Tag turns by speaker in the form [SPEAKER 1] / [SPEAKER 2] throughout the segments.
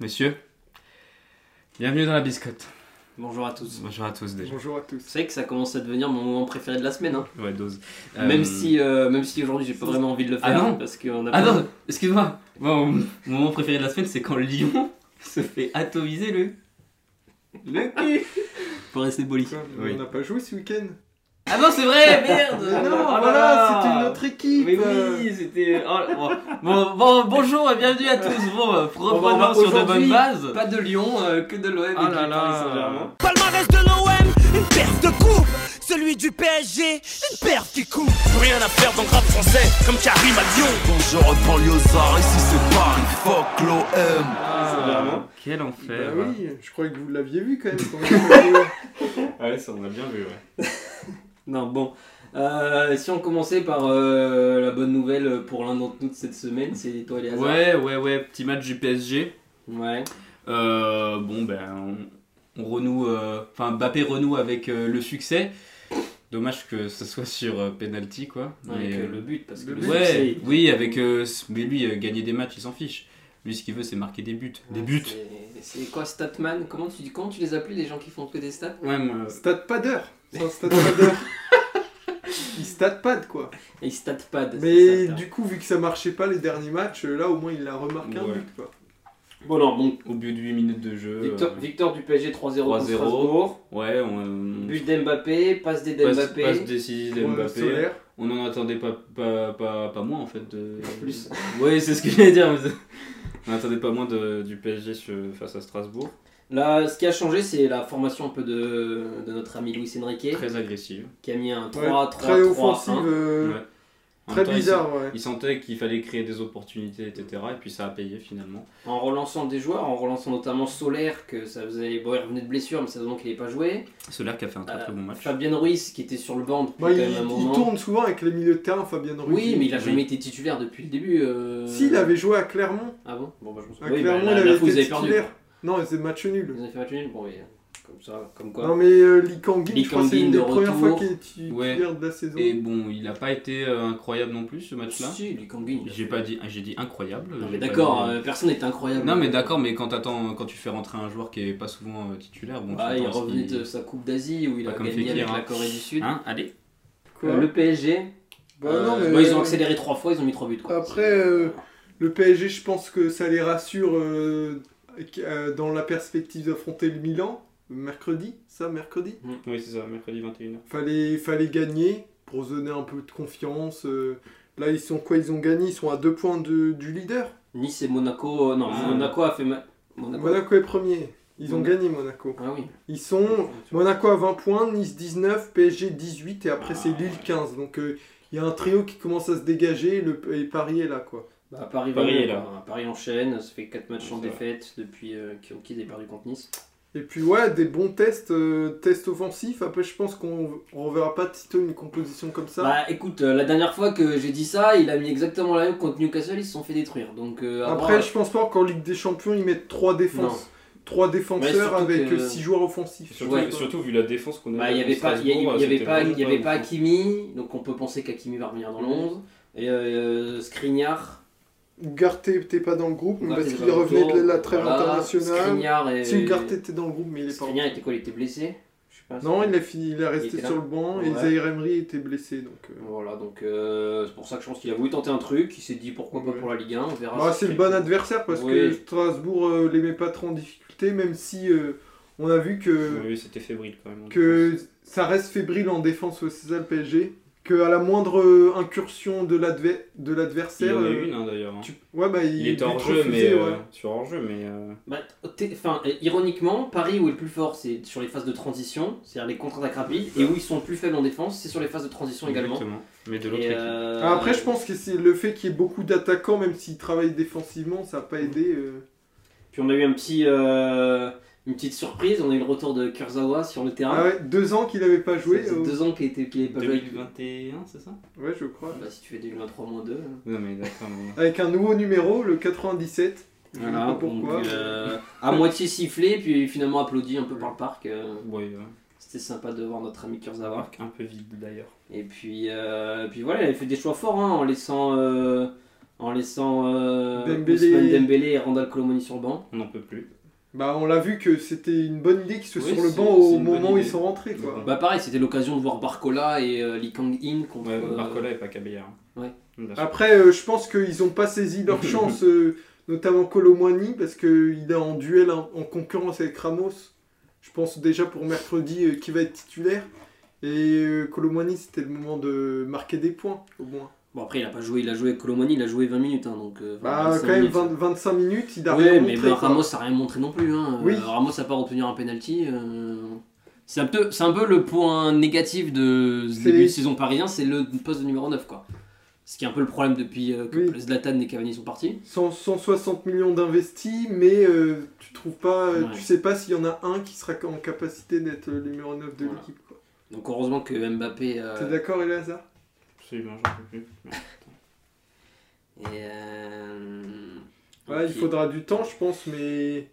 [SPEAKER 1] Monsieur, bienvenue dans la biscotte.
[SPEAKER 2] Bonjour à tous.
[SPEAKER 1] Bonjour à tous déjà.
[SPEAKER 3] Bonjour à
[SPEAKER 2] Vous
[SPEAKER 3] tous.
[SPEAKER 2] savez que ça commence à devenir mon moment préféré de la semaine. hein.
[SPEAKER 1] Ouais, dose. Euh,
[SPEAKER 2] Même si, euh, même si aujourd'hui j'ai pas vraiment envie de le
[SPEAKER 1] Ah
[SPEAKER 2] faire
[SPEAKER 1] non
[SPEAKER 2] parce qu'on a.
[SPEAKER 1] Ah
[SPEAKER 2] pas-
[SPEAKER 1] non, excuse-moi. Moi, mon mon moment préféré de la semaine, c'est quand Lyon se fait atomiser le. Le cul
[SPEAKER 2] Pour rester poli.
[SPEAKER 3] Quoi, mais
[SPEAKER 1] Oui.
[SPEAKER 3] On n'a pas joué ce week-end.
[SPEAKER 1] Ah non, c'est vrai, merde
[SPEAKER 3] Mais non,
[SPEAKER 1] Oh là
[SPEAKER 3] voilà,
[SPEAKER 1] là
[SPEAKER 3] c'était notre équipe.
[SPEAKER 1] Mais
[SPEAKER 3] euh,
[SPEAKER 1] oui, c'était. oh, bon. bon, bon, bonjour et bienvenue à tous. Bon, euh,
[SPEAKER 2] On va- on va
[SPEAKER 1] reprenons sur de bonnes
[SPEAKER 2] aujourd'hui-
[SPEAKER 1] bases.
[SPEAKER 2] Pas de Lyon, euh, que de l'OM et
[SPEAKER 1] Ah
[SPEAKER 2] du
[SPEAKER 1] là
[SPEAKER 2] Paris
[SPEAKER 1] là.
[SPEAKER 2] Saint-Germain.
[SPEAKER 4] Palmarès de l'OM, une perf de coupe. Celui du PSG, une perf qui coupe. Plus rien à faire dans le rap français, comme Karim à Lyon.
[SPEAKER 5] Bonjour banlieusard, ici c'est Paris, fuck l'OM
[SPEAKER 1] Ah,
[SPEAKER 3] Saint-Germain.
[SPEAKER 1] quel
[SPEAKER 3] Bah
[SPEAKER 1] enfer.
[SPEAKER 3] oui, je crois que vous l'aviez vu quand même. quand on a joué.
[SPEAKER 1] Ouais, ça on a bien vu, ouais.
[SPEAKER 2] Non, bon. Euh, si on commençait par euh, la bonne nouvelle pour l'un d'entre nous de cette semaine, c'est toi les hasards.
[SPEAKER 1] Ouais, ouais, ouais, petit match du PSG.
[SPEAKER 2] Ouais.
[SPEAKER 1] Euh, bon, ben, on, on renoue. euh, Enfin, Mbappé renoue avec euh, le succès. Dommage que ce soit sur euh, penalty, quoi.
[SPEAKER 2] Avec
[SPEAKER 1] Mais,
[SPEAKER 2] euh,
[SPEAKER 1] euh,
[SPEAKER 2] le but, parce que
[SPEAKER 3] le
[SPEAKER 2] le
[SPEAKER 3] but,
[SPEAKER 2] succès,
[SPEAKER 1] ouais,
[SPEAKER 2] il-
[SPEAKER 1] oui, avec. euh, s- mais lui, euh, gagner des matchs, il s'en fiche. Lui, ce qu'il veut, c'est marquer des buts. Des
[SPEAKER 2] Ouais,
[SPEAKER 1] buts
[SPEAKER 2] c'est- C'est quoi Statman Comment tu dis Comment tu les appelais les gens qui font que des stats
[SPEAKER 1] Ouais, moi.
[SPEAKER 3] Stade pas d'heure. C'est un stade pas d'heure. Il stade pas de quoi.
[SPEAKER 2] Et Statpad. Ah, c'est
[SPEAKER 3] Mais
[SPEAKER 2] ça,
[SPEAKER 3] du coup, vu que ça marchait pas les derniers matchs, euh, là au moins il a remarqué un
[SPEAKER 1] Ouais.
[SPEAKER 3] but quoi.
[SPEAKER 2] Bon, non, bon.
[SPEAKER 1] Au bout de 8 minutes de jeu.
[SPEAKER 2] Victoire,
[SPEAKER 1] euh,
[SPEAKER 2] victoire du PSG 3-0 contre
[SPEAKER 1] 3-0.
[SPEAKER 2] Strasbourg.
[SPEAKER 1] ouais, on. euh,
[SPEAKER 2] But d'Mbappé, passe des
[SPEAKER 1] passe-
[SPEAKER 2] d'Mbappé.
[SPEAKER 1] passe décisive
[SPEAKER 3] Ouais,
[SPEAKER 1] d'Mbappé.
[SPEAKER 3] Solaire.
[SPEAKER 1] On n'en attendait pas, pas, pas, pas moins en fait. De...
[SPEAKER 2] Plus.
[SPEAKER 1] Oui, c'est ce que j'allais dire. mais- On n'attendait pas moins de- du PSG sur- face à Strasbourg.
[SPEAKER 2] Là, ce qui a changé, c'est la formation un peu de, de notre ami Luis Enrique,
[SPEAKER 1] Très agressive.
[SPEAKER 2] qui a mis un
[SPEAKER 3] Ouais,
[SPEAKER 2] 3 3
[SPEAKER 3] très
[SPEAKER 2] 3
[SPEAKER 3] offensive,
[SPEAKER 2] 1.
[SPEAKER 3] euh,
[SPEAKER 1] Ouais. En
[SPEAKER 3] très
[SPEAKER 1] même temps,
[SPEAKER 3] bizarre, ouais.
[SPEAKER 1] Il, il sentait qu'il fallait créer des opportunités, etc. Et puis ça a payé finalement.
[SPEAKER 2] En relançant des joueurs, en relançant notamment Solaire, que ça faisait. Bon, il revenait de blessure, mais ça faisait longtemps qu'il n'avait pas joué.
[SPEAKER 1] Solaire qui a fait un très
[SPEAKER 2] Euh,
[SPEAKER 1] très bon match.
[SPEAKER 2] Fabien Ruiz, qui était sur le banc depuis
[SPEAKER 3] Bah,
[SPEAKER 2] quand
[SPEAKER 3] il,
[SPEAKER 2] même un
[SPEAKER 3] il
[SPEAKER 2] moment.
[SPEAKER 3] tourne souvent avec les milieux de terrain, Fabien Ruiz.
[SPEAKER 2] Oui, mais il a
[SPEAKER 1] Oui.
[SPEAKER 2] jamais été titulaire depuis le début. euh,
[SPEAKER 3] S'il avait joué à Clermont,
[SPEAKER 2] Ah bon Bon, bah, je me
[SPEAKER 3] à
[SPEAKER 2] souviens. Oui,
[SPEAKER 3] Clermont
[SPEAKER 2] bah, la-
[SPEAKER 3] il
[SPEAKER 2] la
[SPEAKER 3] avait
[SPEAKER 2] fois, vous
[SPEAKER 3] été
[SPEAKER 2] avez perdu.
[SPEAKER 3] titulaire. Non, c'est match nul.
[SPEAKER 2] Vous avez fait match nul Bon, mais. Comme ça, comme quoi.
[SPEAKER 3] Non mais euh, Lee Kang-in,
[SPEAKER 2] Lee
[SPEAKER 3] je crois que c'est
[SPEAKER 2] Kang-in
[SPEAKER 3] une
[SPEAKER 2] de
[SPEAKER 3] des premières
[SPEAKER 2] retour.
[SPEAKER 3] fois qu'il est
[SPEAKER 1] Ouais.
[SPEAKER 3] titulaire de la saison.
[SPEAKER 1] Et bon, il n'a pas été euh, incroyable non plus ce match-là.
[SPEAKER 2] Si, Luc Anguille, il a
[SPEAKER 1] J'ai
[SPEAKER 2] fait-
[SPEAKER 1] pas dit, j'ai dit incroyable.
[SPEAKER 2] Non,
[SPEAKER 1] J'ai
[SPEAKER 2] mais
[SPEAKER 1] pas
[SPEAKER 2] d'accord,
[SPEAKER 1] dit-
[SPEAKER 2] euh, personne n'était incroyable.
[SPEAKER 1] Non mais d'accord, mais quand, t'attends- quand tu fais rentrer un joueur qui est pas souvent euh, titulaire, bon,
[SPEAKER 2] Bah,
[SPEAKER 1] tu
[SPEAKER 2] il
[SPEAKER 1] attends à ce
[SPEAKER 2] revenait
[SPEAKER 1] qu'il-
[SPEAKER 2] de sa Coupe d'Asie où il
[SPEAKER 1] Pas
[SPEAKER 2] a
[SPEAKER 1] comme
[SPEAKER 2] gagné
[SPEAKER 1] Fekir,
[SPEAKER 2] avec
[SPEAKER 1] hein.
[SPEAKER 2] la Corée du Sud.
[SPEAKER 1] Hein, allez.
[SPEAKER 3] Quoi
[SPEAKER 2] Euh, le PSG,
[SPEAKER 3] Bah,
[SPEAKER 2] euh,
[SPEAKER 3] non, mais-
[SPEAKER 2] bon, ils ont accéléré trois fois, ils ont mis trois buts. quoi.
[SPEAKER 3] Après, euh, le PSG, je pense que ça les rassure euh, qu- euh, dans la perspective d'affronter le Milan mercredi, ça mercredi.
[SPEAKER 1] Oui, c'est ça, mercredi 21h.
[SPEAKER 3] Fallait, fallait gagner pour se donner un peu de confiance. euh. là, ils sont quoi Ils ont gagné, ils sont à deux points de- du leader.
[SPEAKER 2] Nice et Monaco, euh, non,
[SPEAKER 1] Ah.
[SPEAKER 2] Monaco a fait ma- Monaco.
[SPEAKER 3] Monaco est premier. Ils ont
[SPEAKER 2] Mon-
[SPEAKER 3] gagné Monaco.
[SPEAKER 2] Ah oui.
[SPEAKER 3] Ils sont Monaco à 20 points, Nice 19, PSG 18 et après c'est Lille 15. Donc euh, il y a un trio qui commence à se dégager le, et Paris est là quoi.
[SPEAKER 2] Bah, Paris,
[SPEAKER 1] Paris
[SPEAKER 2] va-
[SPEAKER 1] est là.
[SPEAKER 2] bah, Paris enchaîne, ça fait 4 matchs
[SPEAKER 1] Ouais,
[SPEAKER 2] sans
[SPEAKER 1] c'est
[SPEAKER 2] défaite depuis euh, qu'ils ont- qu'ils avaient perdu contre Nice.
[SPEAKER 3] Et puis ouais, des bons tests, euh, tests offensifs. Après je pense qu'on on reverra pas Tito une composition comme ça.
[SPEAKER 2] Bah écoute, euh, la dernière fois que j'ai dit ça, il a mis exactement la même contre Newcastle, ils se sont fait détruire. Donc euh, à
[SPEAKER 3] Après
[SPEAKER 2] voir.
[SPEAKER 3] je pense pas qu'en Ligue des Champions ils mettent 3 défenses. 3 défenseurs
[SPEAKER 2] surtout
[SPEAKER 3] avec
[SPEAKER 2] que-
[SPEAKER 3] 6 joueurs offensifs.
[SPEAKER 1] Surtout,
[SPEAKER 2] Ouais.
[SPEAKER 1] surtout vu la défense qu'on
[SPEAKER 2] Bah, il n'y avait pas, il y- il y
[SPEAKER 1] Strasbourg, euh,
[SPEAKER 2] avait
[SPEAKER 1] c'était
[SPEAKER 2] pas, il
[SPEAKER 1] vraiment hein.
[SPEAKER 2] y avait
[SPEAKER 1] une
[SPEAKER 2] pas
[SPEAKER 1] défense.
[SPEAKER 2] Hakimi, donc on peut penser qu'Hakimi va revenir
[SPEAKER 1] Mm.
[SPEAKER 2] dans le 11. Et euh, Skriniar.
[SPEAKER 3] Ugarte était pas dans le groupe mais
[SPEAKER 2] Ugarte
[SPEAKER 3] parce
[SPEAKER 2] était
[SPEAKER 3] qu'il
[SPEAKER 2] dans le
[SPEAKER 3] revenait de la
[SPEAKER 2] groupe,
[SPEAKER 3] trêve
[SPEAKER 2] voilà.
[SPEAKER 3] internationale.
[SPEAKER 2] Skriniar et.
[SPEAKER 3] Si Ugarte était dans le groupe mais il est pas.
[SPEAKER 2] Skriniar était quoi Il était blessé Je sais pas.
[SPEAKER 3] Non, il a fini, il est resté
[SPEAKER 2] était là.
[SPEAKER 3] sur le banc et
[SPEAKER 2] Ouais.
[SPEAKER 3] Zahir Emery était blessé donc. euh,
[SPEAKER 2] Voilà, donc euh, c'est pour ça que je pense qu'il a voulu tenter un truc. Il s'est dit pourquoi pas
[SPEAKER 3] Ouais.
[SPEAKER 2] pour la Ligue 1, on
[SPEAKER 1] Ah,
[SPEAKER 2] verra.
[SPEAKER 3] Bah,
[SPEAKER 2] si
[SPEAKER 3] c'est le
[SPEAKER 2] quelqu'un-
[SPEAKER 3] bon adversaire parce que
[SPEAKER 2] Oui.
[SPEAKER 3] Strasbourg euh, les met pas trop en difficulté, même si euh, on a vu que,
[SPEAKER 1] Oui, c'était fébrile quand même. en
[SPEAKER 3] que ça reste fébrile en défense au ça le PSG. Que à la moindre euh, incursion de l'adver- de
[SPEAKER 1] défense. Il y
[SPEAKER 3] l'adversaire.
[SPEAKER 1] en a
[SPEAKER 3] euh,
[SPEAKER 1] eu une hein, d'ailleurs. hein.
[SPEAKER 3] tu- Ouais, bah, il,
[SPEAKER 1] Il était
[SPEAKER 3] il
[SPEAKER 1] hors
[SPEAKER 3] te
[SPEAKER 1] jeu, mais
[SPEAKER 3] refusait, ouais.
[SPEAKER 1] euh, sur hors jeu, mais euh,
[SPEAKER 2] Bah, t'es- enfin, euh, ironiquement, Paris où est le plus fort, c'est sur les phases de transition, c'est-à-dire les contre-attaques rapides, et où ils sont le plus faibles en défense, c'est sur les phases de transition également.
[SPEAKER 1] exactement. Mais de l'autre
[SPEAKER 2] Et,
[SPEAKER 1] équipe.
[SPEAKER 2] euh,
[SPEAKER 3] Ah, Après, je pense que c'est le fait qu'il y ait beaucoup d'attaquants, même s'ils travaillent défensivement, ça n'a pas aidé. euh.
[SPEAKER 2] Puis on a eu un petit, euh, une petite surprise, on a eu le retour de Kurzawa sur le terrain.
[SPEAKER 3] Ah ouais, deux ans qu'il n'avait pas joué.
[SPEAKER 2] Ça faisait
[SPEAKER 3] euh,
[SPEAKER 2] deux ans qu'il était qu'il avait pas joué.
[SPEAKER 1] 2021, c'est ça
[SPEAKER 3] Ouais, je crois.
[SPEAKER 2] Bah, si tu fais 2023 moins hein. 2.
[SPEAKER 1] Non, mais d'accord. Mais...
[SPEAKER 3] Avec un nouveau numéro, le 97. Je sais pas
[SPEAKER 1] euh,
[SPEAKER 3] pourquoi. euh,
[SPEAKER 2] à moitié sifflé, puis finalement applaudi un peu par le parc. euh,
[SPEAKER 1] Ouais, ouais.
[SPEAKER 2] C'était sympa de voir notre ami Kurzawa.
[SPEAKER 1] Marc un peu vide d'ailleurs.
[SPEAKER 2] Et puis, euh, puis voilà, il a fait des choix forts hein, en laissant euh, en laissant euh,
[SPEAKER 3] Dembélé.
[SPEAKER 2] Ousmane Dembélé et Randall Colomoni sur le banc.
[SPEAKER 1] On n'en peut plus.
[SPEAKER 3] Bah, on l'a vu que c'était une bonne idée qu'ils soient
[SPEAKER 1] Oui,
[SPEAKER 3] sur le
[SPEAKER 1] c'est-
[SPEAKER 3] banc
[SPEAKER 1] c'est
[SPEAKER 3] au
[SPEAKER 1] une
[SPEAKER 3] moment
[SPEAKER 1] bonne
[SPEAKER 3] où ils
[SPEAKER 1] idée.
[SPEAKER 3] sont rentrés, quoi.
[SPEAKER 1] Ouais.
[SPEAKER 2] Bah pareil, c'était l'occasion de voir Barcola et euh, Lee Kang-in contre...
[SPEAKER 1] Ouais,
[SPEAKER 2] euh,
[SPEAKER 1] Barcola et pas Cabella. hein.
[SPEAKER 2] ouais.
[SPEAKER 1] Bien sûr.
[SPEAKER 3] Après, euh, je pense qu'ils ont pas saisi leur chance, euh, notamment Colomwani, parce qu'il est en duel en, en concurrence avec Ramos. Je pense déjà pour mercredi euh, qui va être titulaire. Et euh, Colomwani, c'était le moment de marquer des points, au moins.
[SPEAKER 2] Bon après, il a pas joué, il a joué avec Colomoni, il a joué 20 minutes, hein, donc... euh,
[SPEAKER 3] Bah,
[SPEAKER 2] 25
[SPEAKER 3] quand même,
[SPEAKER 2] minutes.
[SPEAKER 3] 20 25 minutes, il a
[SPEAKER 2] Oui,
[SPEAKER 3] rien hein.
[SPEAKER 2] mais
[SPEAKER 3] montré.
[SPEAKER 2] bah,
[SPEAKER 3] quoi.
[SPEAKER 2] Ramos a rien montré non plus. Hein.
[SPEAKER 3] Oui.
[SPEAKER 2] Euh, Ramos à part obtenir un penalty. euh, C'est un, peu, c'est un peu le point négatif de ce
[SPEAKER 3] C'est-
[SPEAKER 2] début de saison parisien, c'est le poste de numéro 9. Quoi. Ce qui est un peu le problème depuis euh, que
[SPEAKER 3] Oui.
[SPEAKER 2] Zlatan et Cavani sont partis.
[SPEAKER 3] 100 160 millions d'investis, mais euh, tu trouves pas, euh,
[SPEAKER 2] Ouais.
[SPEAKER 3] tu sais pas s'il y en a un qui sera en capacité d'être le numéro 9 de
[SPEAKER 2] Voilà.
[SPEAKER 3] l'équipe. quoi.
[SPEAKER 2] Donc heureusement que Mbappé. euh,
[SPEAKER 3] T'es d'accord, hein Elazar
[SPEAKER 2] Ah.
[SPEAKER 1] Absolument, j'en peux plus.
[SPEAKER 2] et, euh,
[SPEAKER 3] Ouais,
[SPEAKER 2] ok.
[SPEAKER 3] il faudra du temps, je pense, mais.